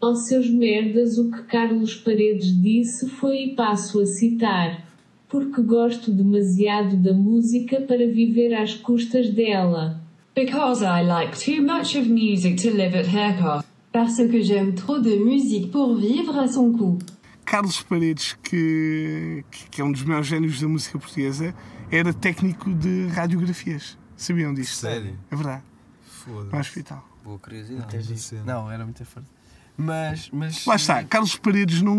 Speaker 10: Ó seus merdas, o que Carlos Paredes disse foi e passo a citar. Porque gosto demasiado da música para viver às custas dela.
Speaker 11: Because I like too much of music to live at her cost. Parce que j'aime trop de musique pour vivre à son coût.
Speaker 4: Carlos Paredes, que, que- que é um dos maiores génios da música portuguesa, era técnico de radiografias. Sabiam disto?
Speaker 7: Sério?
Speaker 4: É verdade. No
Speaker 7: Foda-se.
Speaker 4: hospital.
Speaker 3: Boa curiosidade.
Speaker 5: tens isso. Não, era muito forte. Mas, mas.
Speaker 4: Lá está, Carlos Paredes não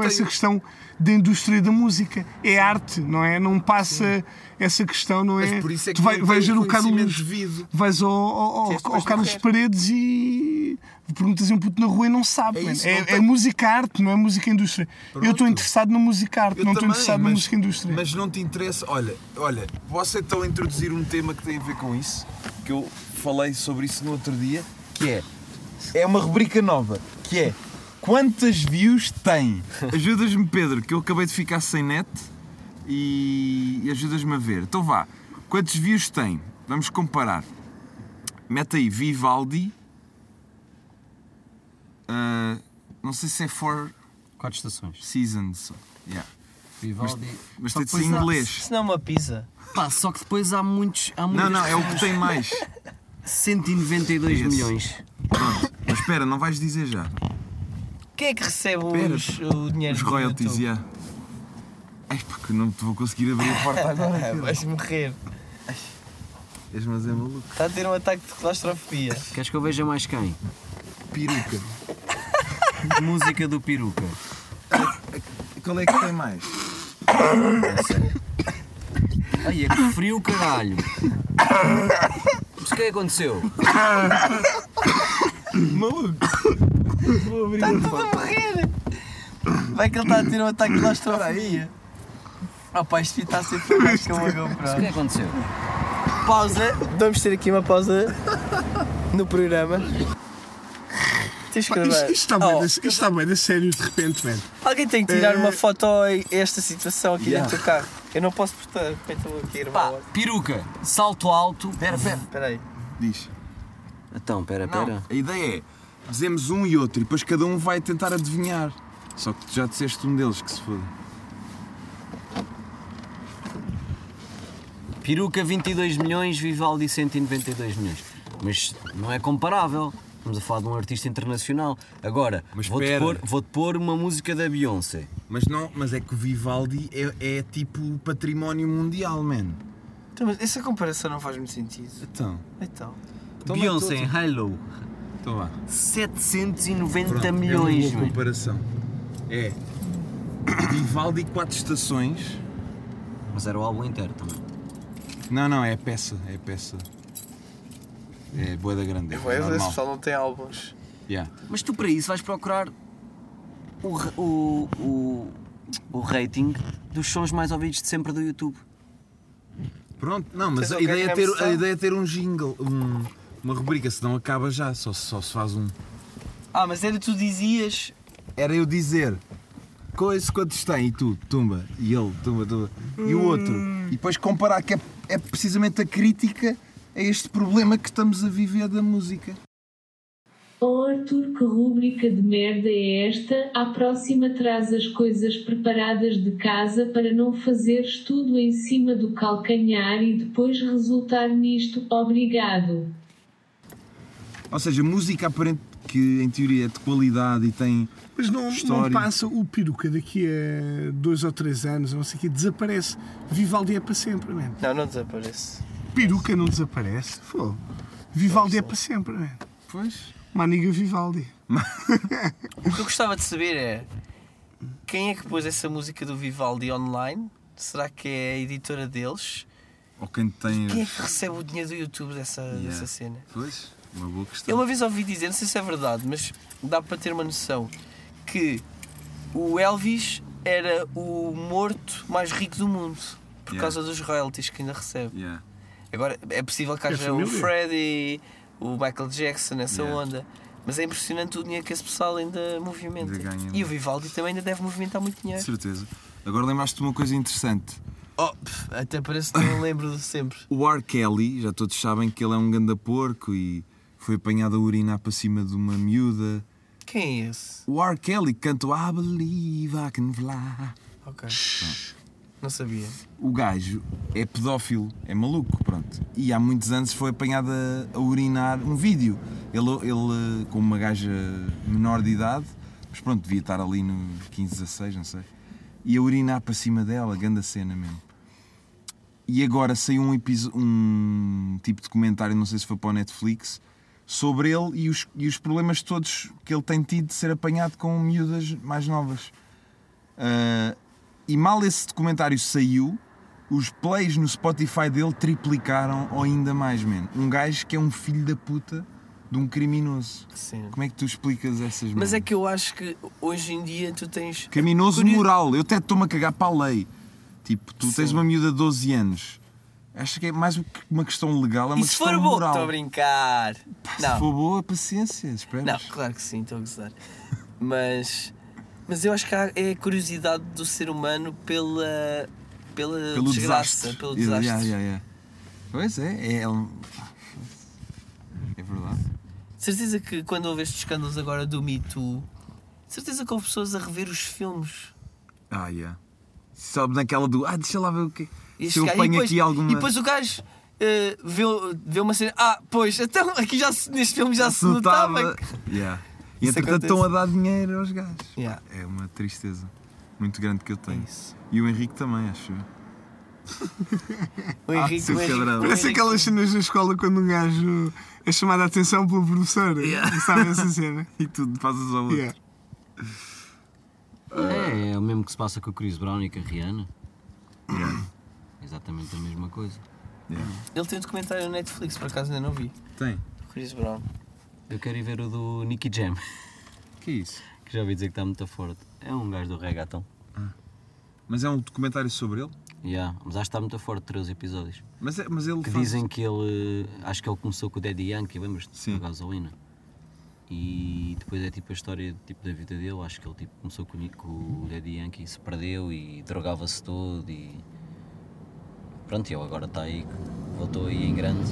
Speaker 7: Não tem-
Speaker 4: essa questão da indústria da música. É arte, não é? Não passa essa questão, não é?
Speaker 7: Mas por isso é que
Speaker 4: tu vai,
Speaker 7: não
Speaker 4: vais
Speaker 7: tem
Speaker 4: ver o
Speaker 7: conhecimento
Speaker 4: Carlos.
Speaker 7: devido.
Speaker 4: Vais ao, ao- ao-
Speaker 5: Tens
Speaker 4: ao
Speaker 5: depois de
Speaker 4: Carlos
Speaker 5: morrer.
Speaker 4: Paredes e perguntas a um puto na rua e não sabe.
Speaker 7: É
Speaker 4: mano.
Speaker 7: isso,
Speaker 4: é,
Speaker 7: não tem-
Speaker 4: é música arte, não é música indústria. Eu estou
Speaker 7: Pronto.
Speaker 4: interessado na música arte,
Speaker 7: Eu
Speaker 4: não estou
Speaker 7: também,
Speaker 4: interessado na
Speaker 7: mas-
Speaker 4: música indústria.
Speaker 7: Mas não te interessa. Olha, olha, posso então introduzir um tema que tem a ver com isso, que eu falei sobre isso no outro dia, que é. É uma rubrica nova, que é quantas views tem? Ajudas-me, Pedro, que eu acabei de ficar sem net e, e ajudas-me a ver. Então vá, quantos views tem? Vamos comparar. Mete aí Vivaldi. Ah, não sei se é for
Speaker 3: Quatro estações.
Speaker 7: seasons. Yeah.
Speaker 3: Vivaldi.
Speaker 7: Mas
Speaker 3: Só
Speaker 7: tem de ser
Speaker 3: depois há-
Speaker 7: inglês.
Speaker 5: Isso não é uma pizza.
Speaker 3: Pá, só que depois há muitos. Há muitos
Speaker 7: Não, não, é o que tem mais.
Speaker 3: 192
Speaker 7: Esse.
Speaker 3: milhões.
Speaker 7: Pronto. Mas espera, não vais dizer já.
Speaker 5: Quem é que recebe
Speaker 7: Pera,
Speaker 5: os, o dinheiro?
Speaker 7: Os
Speaker 5: do
Speaker 7: royalties,
Speaker 5: YouTube?
Speaker 7: já. Ai, porque não te vou conseguir abrir a porta agora.
Speaker 5: Ah, Vais morrer.
Speaker 7: És mas é maluco.
Speaker 5: Está a ter um ataque de claustrofobia.
Speaker 3: Queres que eu veja mais quem?
Speaker 7: Peruca.
Speaker 3: Música do peruca.
Speaker 7: Qual é que tem mais?
Speaker 3: Ai, é que frio, caralho. Mas o que é que aconteceu?
Speaker 5: Vai que ele está a ter um ataque de claustrofobia. Ah pá, isto está a ser filmado com uma
Speaker 3: O que é
Speaker 5: GoPro.
Speaker 3: que aconteceu?
Speaker 5: Pausa. Vamos ter aqui uma pausa no programa. Tens que
Speaker 4: Pá,
Speaker 5: gravar.
Speaker 4: Isto, isto está
Speaker 5: Oh,
Speaker 4: bem, isto está bem, a sério, de repente, mano.
Speaker 5: Alguém tem que tirar
Speaker 4: Eh,
Speaker 5: uma foto a esta situação aqui dentro do carro. Eu não posso portar. Como é que eu vou aqui,
Speaker 3: Pá,
Speaker 5: irmão?
Speaker 3: peruca, salto alto. Pera, pera.
Speaker 5: Espera aí.
Speaker 7: Diz.
Speaker 3: Então, pera,
Speaker 7: Não,
Speaker 3: pera.
Speaker 7: a ideia é dizemos um e outro e depois cada um vai tentar adivinhar. Só que tu já disseste um deles que se foda.
Speaker 3: Peruca 22 milhões, Vivaldi 192 milhões. Mas não é comparável. Estamos a falar de um artista internacional. Agora,
Speaker 7: Mas
Speaker 3: vou-te
Speaker 7: espera.
Speaker 3: pôr, vou pôr uma música da Beyoncé.
Speaker 7: Mas não, mas é que o Vivaldi é, é tipo património mundial, man.
Speaker 5: Então, mas essa comparação não faz muito sentido.
Speaker 7: Então.
Speaker 5: Então.
Speaker 7: então vai
Speaker 3: Beyoncé
Speaker 7: todo.
Speaker 3: em Halo, um
Speaker 7: Então vá.
Speaker 3: 790
Speaker 7: Pronto, É
Speaker 3: milhões.
Speaker 7: uma boa
Speaker 3: mano.
Speaker 7: comparação. É. Vivaldi quatro estações.
Speaker 3: Mas era o álbum inteiro também.
Speaker 7: Não, não, é peça, é peça. É boa da grande. É
Speaker 5: Esse
Speaker 7: normal.
Speaker 5: pessoal não tem álbuns.
Speaker 7: Yeah.
Speaker 3: Mas tu para isso vais procurar o, ra- o, o, o rating dos sons mais ouvidos de sempre do YouTube.
Speaker 7: Pronto, não, mas
Speaker 5: Vocês
Speaker 7: a
Speaker 5: não
Speaker 7: ideia, é
Speaker 5: querem
Speaker 7: ter,
Speaker 5: remoção?
Speaker 7: a ideia é ter um jingle, um- uma rubrica, senão acaba já, só, só se faz um.
Speaker 5: Ah, mas era tu dizias.
Speaker 7: Era eu dizer coisa quantos tem e tu, tumba, e ele, tumba, tumba, e o outro.
Speaker 5: Hum.
Speaker 7: E depois comparar que é, é precisamente a crítica a este problema que estamos a viver da música.
Speaker 10: Oh Arthur, que rúbrica de merda é esta? À próxima traz as coisas preparadas de casa para não fazeres tudo em cima do calcanhar e depois resultar nisto. Obrigado.
Speaker 7: Ou seja, música aparente que em teoria é de qualidade e tem.
Speaker 4: Mas não, não
Speaker 7: História.
Speaker 4: passa o peruca daqui a dois ou três anos, não sei o quê, desaparece. Vivaldi é para sempre, mano.
Speaker 5: Não, não desaparece.
Speaker 4: Peruca não desaparece. Fogo. Vivaldi é para sempre, mano.
Speaker 7: Pois.
Speaker 4: Maniga Vivaldi.
Speaker 5: O que eu gostava de saber é quem é que pôs essa música do Vivaldi online? Será que é a editora deles?
Speaker 7: Ou quem tem.
Speaker 5: Quem é que recebe o dinheiro do YouTube dessa,
Speaker 7: Yeah.
Speaker 5: dessa cena?
Speaker 7: Pois, uma boa questão.
Speaker 5: Eu uma vez ouvi dizer, não sei se é verdade, mas dá para ter uma noção, que o Elvis era o morto mais rico do mundo por
Speaker 7: Yeah.
Speaker 5: causa dos royalties que ainda recebe.
Speaker 7: Yeah.
Speaker 5: Agora é possível que
Speaker 4: É
Speaker 5: haja o
Speaker 4: família.
Speaker 5: Freddy, o Michael Jackson, essa
Speaker 7: Yeah.
Speaker 5: onda. Mas é impressionante o dinheiro que esse pessoal ainda né? movimenta.
Speaker 7: Ainda ganha
Speaker 5: e
Speaker 7: muito.
Speaker 5: o Vivaldi também ainda deve movimentar muito
Speaker 7: De
Speaker 5: dinheiro.
Speaker 7: certeza. Agora lembraste de uma coisa interessante.
Speaker 5: Oh, pff, até parece que não lembro de sempre.
Speaker 7: O R. Kelly, já todos sabem que ele é um ganda porco e foi apanhado a urinar para cima de uma miúda.
Speaker 5: Quem é esse?
Speaker 7: O R. Kelly canta o I Believe I Can Fly.
Speaker 5: Ok. Não sabia.
Speaker 7: O gajo é pedófilo, é maluco, pronto. E há muitos anos foi apanhado a, a urinar um vídeo. Ele, ele eh, com uma gaja menor de idade, mas pronto, devia estar ali no 15, 16, não sei. E a urinar para cima dela, grande cena mesmo. E agora saiu um, episo- um tipo de comentário, não sei se foi para o Netflix, sobre ele e os, e os problemas todos que ele tem tido de ser apanhado com miúdas mais novas. Ah, e mal esse documentário saiu, os plays no Spotify dele triplicaram ou ainda mais, man. Um gajo que é um filho da puta de um criminoso.
Speaker 5: Sim.
Speaker 7: Como é que tu explicas essas
Speaker 5: Mas
Speaker 7: merdas?
Speaker 5: é que eu acho que hoje em dia tu tens.
Speaker 7: Criminoso
Speaker 5: Curio-
Speaker 7: moral. Eu até estou-me a cagar para a lei. Tipo, tu tens
Speaker 5: Sim.
Speaker 7: uma miúda de 12 anos. Acho que é mais do que uma questão legal, é uma
Speaker 5: e se
Speaker 7: questão
Speaker 5: for bom,
Speaker 7: moral.
Speaker 5: estou a brincar.
Speaker 7: Se
Speaker 5: Não,
Speaker 7: for boa, paciência, esperas.
Speaker 5: não, claro que sim, estou a gozar. Mas. Mas eu acho que há- é a curiosidade do ser humano pela. pela
Speaker 7: Pelo
Speaker 5: desgraça,
Speaker 7: desastre.
Speaker 5: pelo
Speaker 7: Yeah,
Speaker 5: desastre.
Speaker 7: yeah, yeah. Pois é, é... É verdade.
Speaker 5: De certeza que quando houve estes escândalos agora do Me Too, de certeza que houve pessoas a rever os filmes.
Speaker 7: Ah, yeah. Sobe naquela do. Ah, deixa lá ver o que.
Speaker 5: E
Speaker 7: Se eu
Speaker 5: chegar- e
Speaker 7: ponho
Speaker 5: depois-
Speaker 7: aqui alguma.
Speaker 5: E depois o gajo. eh, vê, vê uma cena, ah, pois, então aqui já se- neste filme já se notava. que-
Speaker 7: Yeah. E
Speaker 5: Isso
Speaker 7: entretanto
Speaker 5: acontece.
Speaker 7: estão a dar dinheiro aos gajos.
Speaker 5: Yeah.
Speaker 7: Pá, É uma tristeza muito grande que eu tenho.
Speaker 5: Isso.
Speaker 7: E o Henrique também, acho. eu.
Speaker 5: O
Speaker 7: Ah,
Speaker 5: Henrique,
Speaker 7: seu
Speaker 5: o Henrique-
Speaker 7: cabrão.
Speaker 5: o
Speaker 4: Parece
Speaker 5: Henrique-
Speaker 4: aquelas cenas da escola quando um gajo é chamado a atenção pela professora. Sabe essa cena?
Speaker 7: E tu passas ao outro.
Speaker 4: Yeah.
Speaker 3: É, é o mesmo que se passa com o Chris Brown e com a Rihanna.
Speaker 7: Yeah.
Speaker 3: Exatamente a mesma coisa.
Speaker 7: Yeah.
Speaker 5: Ele tem um documentário no Netflix, por acaso ainda não vi.
Speaker 7: Tem.
Speaker 5: Chris Brown.
Speaker 3: Eu quero ir ver o do Nicky Jam,
Speaker 7: Que é isso?
Speaker 3: que já ouvi dizer que está muito forte. É um gajo do reggaeton.
Speaker 7: Mas é um documentário sobre ele?
Speaker 3: Yeah, mas acho que está muito forte, 13 episódios.
Speaker 7: Mas, é, mas ele
Speaker 3: Que
Speaker 7: faz.
Speaker 3: dizem que ele. Acho que ele começou com o Daddy Yankee, lembras-te?
Speaker 7: Sim.
Speaker 3: Com a gasolina. E depois é tipo a história tipo, da vida dele. Acho que ele tipo, começou com o Ni- com o Daddy Yankee, se perdeu e drogava-se todo. E. Pronto, e ele agora está aí, voltou aí em grande.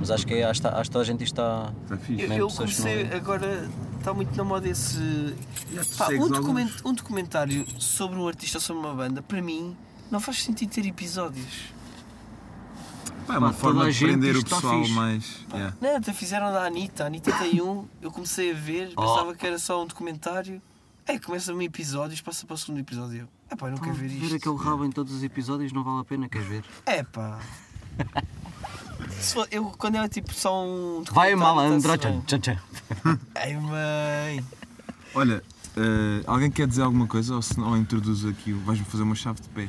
Speaker 3: Mas acho que é- acho que está- acho que toda a gente isto está.
Speaker 7: Está Tá fixe.
Speaker 5: Eu,
Speaker 3: Mesmo
Speaker 5: eu
Speaker 3: pessoas que
Speaker 5: comecei
Speaker 3: não- é.
Speaker 5: agora. Está muito na moda esse.
Speaker 7: tu
Speaker 5: Pá,
Speaker 7: segues
Speaker 5: um,
Speaker 7: alguns.
Speaker 5: document- um documentário sobre um artista ou sobre uma banda, para mim, não faz sentido ter episódios.
Speaker 7: Pá, é uma
Speaker 3: Pá, toda
Speaker 7: forma
Speaker 3: a
Speaker 7: de
Speaker 3: gente
Speaker 7: prender o
Speaker 3: está
Speaker 7: pessoal
Speaker 3: fixe.
Speaker 7: mais. Yeah.
Speaker 5: Não, até fizeram da Anitta. A Anitta tem um, eu comecei a ver,
Speaker 3: Oh.
Speaker 5: pensava que era só um documentário. É, começa um episódio, passa para o segundo episódio. Eu, É pá, não quero ver isto.
Speaker 3: aquele rabo em todos os episódios não vale a pena, queres ver?
Speaker 5: É pá. Se for- eu, quando era tipo só um.
Speaker 3: Vai
Speaker 5: documentário,
Speaker 3: malandro!
Speaker 5: tá-se bem.
Speaker 3: Tchan, tchan, tchan.
Speaker 5: Ai mãe.
Speaker 7: Olha, eh, alguém quer dizer alguma coisa ou, se, ou introduz aqui? o- Vais-me fazer uma chave de pé.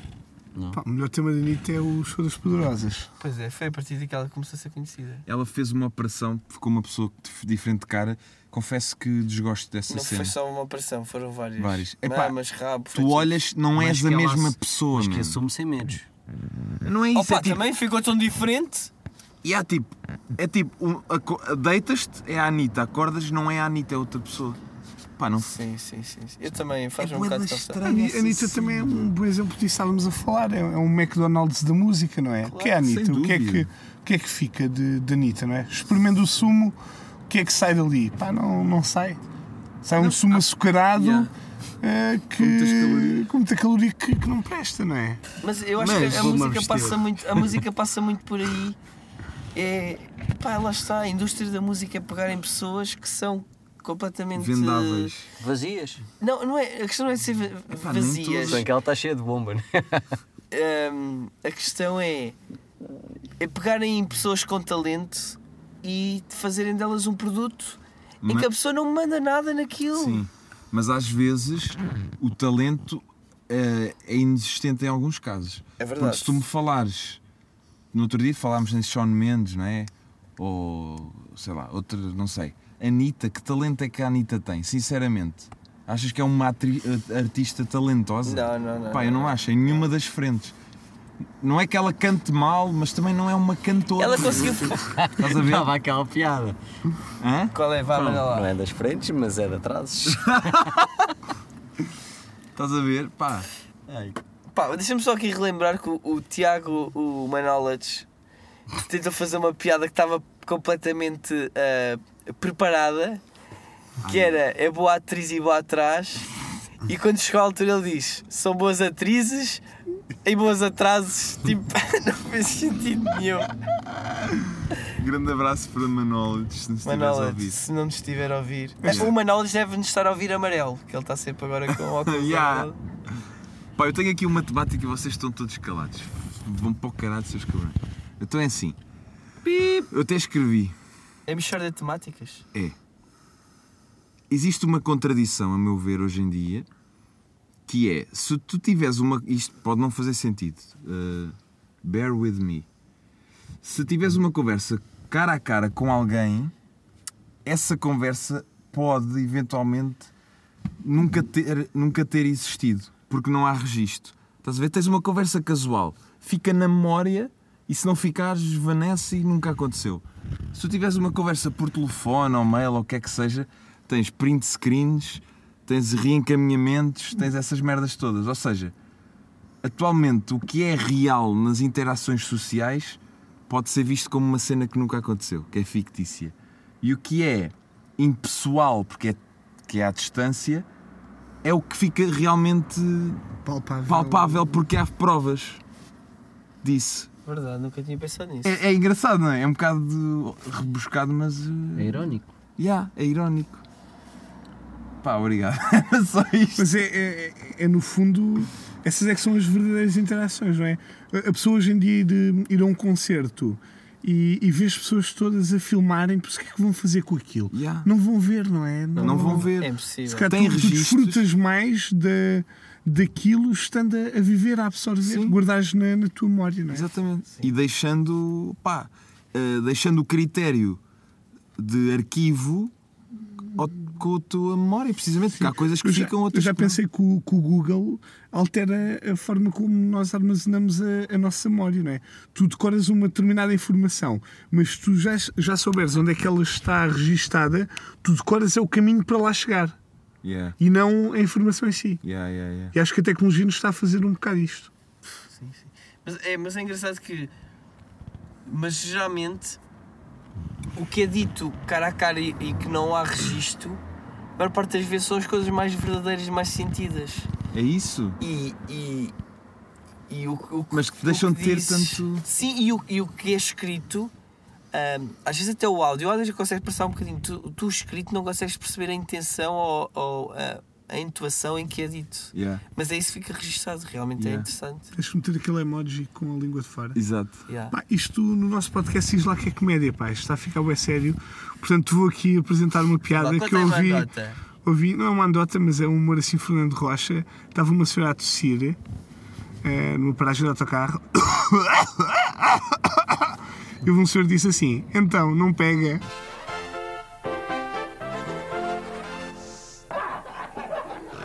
Speaker 4: Pá, o melhor tema da Anitta é o show das poderosas.
Speaker 5: Pois é, foi a partir daí que ela começou a ser conhecida.
Speaker 7: Ela fez uma operação, ficou uma pessoa dif- diferente de cara. Confesso que desgosto dessa
Speaker 5: Não
Speaker 7: cena.
Speaker 5: foi só uma operação, foram várias.
Speaker 7: Várias. Epá,
Speaker 5: Epá, mas rabo. foi
Speaker 7: Tu
Speaker 5: tudo.
Speaker 7: olhas, não
Speaker 3: Mas
Speaker 7: és
Speaker 3: que
Speaker 7: a
Speaker 3: ela
Speaker 7: mesma
Speaker 3: ass-
Speaker 7: pessoa,
Speaker 3: Mas
Speaker 7: mano.
Speaker 3: que é assume sem medos.
Speaker 7: Não é isso,
Speaker 5: Opa,
Speaker 7: é tipo,
Speaker 5: também ficou tão diferente.
Speaker 7: e há tipo, é tipo, um, aco- deitas-te, é a Anitta, acordas, não é a Anitta, é outra pessoa. Pá, não f-
Speaker 5: Sim, sim, sim. sim. Eu também, faz
Speaker 7: É
Speaker 5: um
Speaker 7: bué
Speaker 5: bocado de
Speaker 7: da
Speaker 5: confusão.
Speaker 4: A
Speaker 7: estranha
Speaker 4: Ani-
Speaker 7: essa
Speaker 4: a Anitta
Speaker 7: cena.
Speaker 4: também é um bom exemplo disso que estávamos a falar. É é um McDonald's da música, não é? O que é a Anitta?
Speaker 7: sem
Speaker 4: O que é que,
Speaker 7: dúvida.
Speaker 4: o que é que fica de, de Anitta, não é? Experimenta o sumo, o que é que sai dali? Pá, não, não sai. Sai um sumo açucarado
Speaker 7: yeah.
Speaker 4: eh, que, com,
Speaker 7: muitas calorias.
Speaker 4: muita caloria que, que não presta, não é?
Speaker 5: Mas eu acho
Speaker 7: Mas
Speaker 5: que a
Speaker 7: vou-me
Speaker 5: música,
Speaker 7: abster.
Speaker 5: passa muito, a música passa muito por aí. É, pá, lá está. A indústria da música é pegar em pessoas que são completamente.
Speaker 7: vendáveis.
Speaker 3: Vazias.
Speaker 5: Não, não é, a questão não é de ser va-
Speaker 7: Epá, nem
Speaker 5: vazias.
Speaker 7: todas.
Speaker 3: Bem que ela está cheia de bomba, né?
Speaker 5: Hum, a questão é, é pegarem em pessoas com talento e fazerem delas um produto em
Speaker 7: Ma-
Speaker 5: que a pessoa não manda nada naquilo.
Speaker 7: Sim. Mas às vezes o talento eh, é inexistente em alguns casos.
Speaker 5: É verdade.
Speaker 7: Porque se tu me falares, no outro dia falámos em Sean Mendes, não é? Ou sei lá, outro, não sei. Anitta, que talento é que a Anitta tem, sinceramente? Achas que é uma atri- artista talentosa?
Speaker 5: Não, não, não,
Speaker 7: Pá, eu não acho, em nenhuma das frentes. Não é que ela cante mal, mas também não é uma cantora.
Speaker 5: Ela conseguiu. Tá
Speaker 7: Estás a ver?
Speaker 3: Estava aquela piada.
Speaker 7: Hã?
Speaker 5: Qual é? Vá, manda
Speaker 3: Não
Speaker 5: lá.
Speaker 3: é das frentes, mas é de trás.
Speaker 7: Estás a ver? Pá.
Speaker 5: Pá, deixa-me só aqui relembrar que o, o Tiago, o Manolage, tentou fazer uma piada que estava completamente ah, preparada, que era é boa atriz e boa atrás, e quando chegou à altura ele diz são boas atrizes e boas atrases, tipo, não fez sentido nenhum.
Speaker 7: Grande abraço para Manolo, se nos tiveres a
Speaker 5: Manolage,
Speaker 7: ouvir. é.
Speaker 5: se não nos estiver a ouvir. É,
Speaker 7: Mas-
Speaker 5: O Manolage deve-nos estar a ouvir amarelo, que ele está sempre agora com óculos
Speaker 7: Yeah.
Speaker 5: amarelo.
Speaker 7: Pá, eu tenho aqui uma temática e vocês estão todos calados. Vão para o caralho, seus cabrões. Então é assim. Eu até escrevi.
Speaker 5: É mistória de temáticas.
Speaker 7: É. Existe uma contradição, a meu ver, hoje em dia, que é, se tu tiveres uma... Isto pode não fazer sentido. uh, bear with me. Se tiveres uma conversa cara a cara com alguém, essa conversa pode, eventualmente, nunca ter, nunca ter existido, porque não há registro. Estás a ver? Tens uma conversa casual, fica na memória e se não ficares, esvanece e nunca aconteceu. Se tu tiveres uma conversa por telefone ou mail ou o que é que seja, tens print screens, tens reencaminhamentos, tens essas merdas todas. Ou seja, atualmente o que é real nas interações sociais pode ser visto como uma cena que nunca aconteceu, que é fictícia. E o que é impessoal, porque é, que é à distância, é o que fica realmente
Speaker 4: Palpável.
Speaker 7: palpável, porque há provas disso.
Speaker 5: Verdade, nunca tinha pensado nisso.
Speaker 7: É, é engraçado, não é? É um bocado rebuscado, mas.
Speaker 3: É
Speaker 7: eh,
Speaker 3: irónico.
Speaker 7: Yeah, é irónico. Pá, obrigado. Era só isto.
Speaker 4: Mas é, é- é- é, no fundo, essas é que são as verdadeiras interações, não é? A a pessoa hoje em dia ir, hum, ir a um concerto e, e ver as pessoas todas a filmarem, pois o que é que vão fazer com aquilo?
Speaker 7: Yeah.
Speaker 4: Não vão ver, não é?
Speaker 7: Não vão ver.
Speaker 5: É
Speaker 4: Se
Speaker 5: impossível.
Speaker 4: calhar
Speaker 7: Tem
Speaker 4: tu, tu
Speaker 7: registros.
Speaker 4: desfrutas mais da, daquilo estando a, a viver, a absorver,
Speaker 7: Sim.
Speaker 4: guardares na, na tua memória, não é?
Speaker 7: Exatamente. E deixando, pá, eh, deixando o critério de arquivo ao- com a tua memória, precisamente, porque há coisas que
Speaker 4: Eu já,
Speaker 7: ficam
Speaker 4: eu
Speaker 7: outras
Speaker 4: já
Speaker 7: que não.
Speaker 4: pensei que o, que o Google altera a forma como nós armazenamos a, a nossa memória, não é? Tu decoras uma determinada informação, mas tu já, já souberes onde é que ela está registada, tu decoras é o caminho para lá chegar
Speaker 7: Yeah,
Speaker 4: e não a informação em si.
Speaker 7: yeah, yeah, yeah.
Speaker 4: E acho que a tecnologia nos está a fazer um bocado isto.
Speaker 5: Sim, sim. Mas é, mas é engraçado que. Mas geralmente o que é dito cara a cara e, e que não há registro, a maior parte das vezes são as coisas mais verdadeiras, mais sentidas.
Speaker 7: É isso?
Speaker 5: E. e, e o, o,
Speaker 7: Mas que
Speaker 5: o
Speaker 7: deixam de ter
Speaker 5: dizes-
Speaker 7: tanto-
Speaker 5: Sim, e o, e o que é escrito, hum, às vezes até o áudio, o áudio já consegue passar um bocadinho. Tu, tu escrito não consegues perceber a intenção ou, ou a, a entoação em que é dito.
Speaker 7: Yeah,
Speaker 5: Mas é isso que fica registado, realmente
Speaker 7: Yeah.
Speaker 5: é interessante.
Speaker 4: Tens que meter aquele emoji com a língua de fora.
Speaker 7: exato.
Speaker 5: Yeah.
Speaker 4: Pá, isto no nosso podcast diz lá que é comédia, pá. Isto está a ficar bem sério. Portanto, vou aqui apresentar uma piada
Speaker 5: Lá,
Speaker 4: que
Speaker 5: conta
Speaker 4: eu
Speaker 5: aí uma
Speaker 4: ouvi.
Speaker 5: anedota.
Speaker 4: ouvi. Não é uma andota, mas é um humor assim, Fernando Rocha. Estava uma senhora a tossir eh, numa paragem de autocarro. e um senhor disse assim: Então, não pega.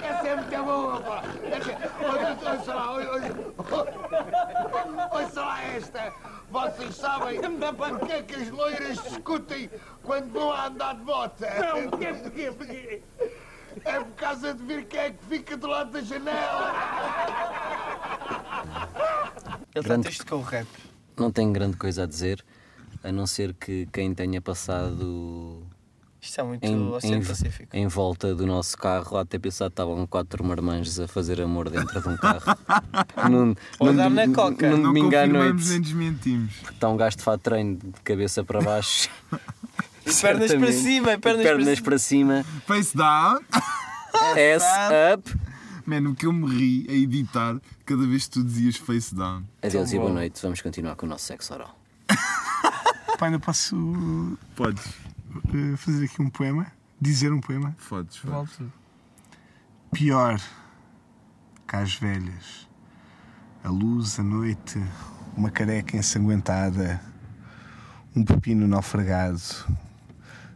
Speaker 2: Essa é muito boa, pá. Essa- Olha só, olha- olha olha só esta. Vocês sabem porque é que as loiras discutem quando vão a andar de moto? Não, porquê, porquê, porquê? É por causa de ver quem é que fica do lado da janela.
Speaker 5: Ele está
Speaker 3: Grande.
Speaker 5: triste com o rap.
Speaker 3: Não tenho grande coisa a dizer, a não ser que quem tenha passado
Speaker 5: Isto é muito
Speaker 3: em,
Speaker 5: Oceano
Speaker 3: em-
Speaker 5: Pacífico.
Speaker 3: em volta do nosso carro, há até pensado que estavam quatro marmanjos a fazer amor dentro de um carro. num,
Speaker 5: Ou
Speaker 3: num
Speaker 5: dar na
Speaker 3: dom-
Speaker 5: coca.
Speaker 3: Num
Speaker 5: Não
Speaker 7: Não
Speaker 3: domingo à
Speaker 7: confirmamos nem
Speaker 3: noite.
Speaker 7: desmentimos.
Speaker 3: Está um gajo de fato de treino de cabeça para baixo.
Speaker 5: E pernas para
Speaker 3: Certamente.
Speaker 5: cima,
Speaker 3: E
Speaker 5: pernas para É cima.
Speaker 3: para cima.
Speaker 7: Face down.
Speaker 3: S up.
Speaker 7: Mano, o que eu me ri a editar cada vez que tu dizias face down.
Speaker 3: Adeus e boa noite, vamos continuar com o nosso sexo oral.
Speaker 4: Pá, ainda posso
Speaker 7: Podes,
Speaker 4: eh, fazer aqui um poema? Dizer um poema?
Speaker 7: podes, podes.
Speaker 4: Pior que as velhas. A luz, a noite, uma careca ensanguentada, um pepino naufragado,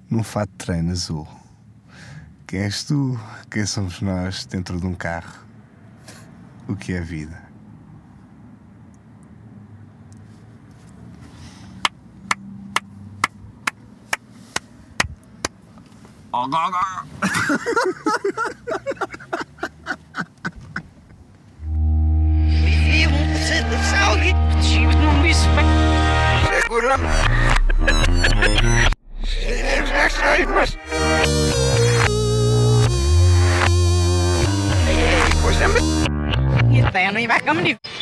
Speaker 4: num fato de treino azul. Quem és tu? Quem somos nós dentro de um carro? O que é a vida?
Speaker 1: um Então, não embarcamos nisso.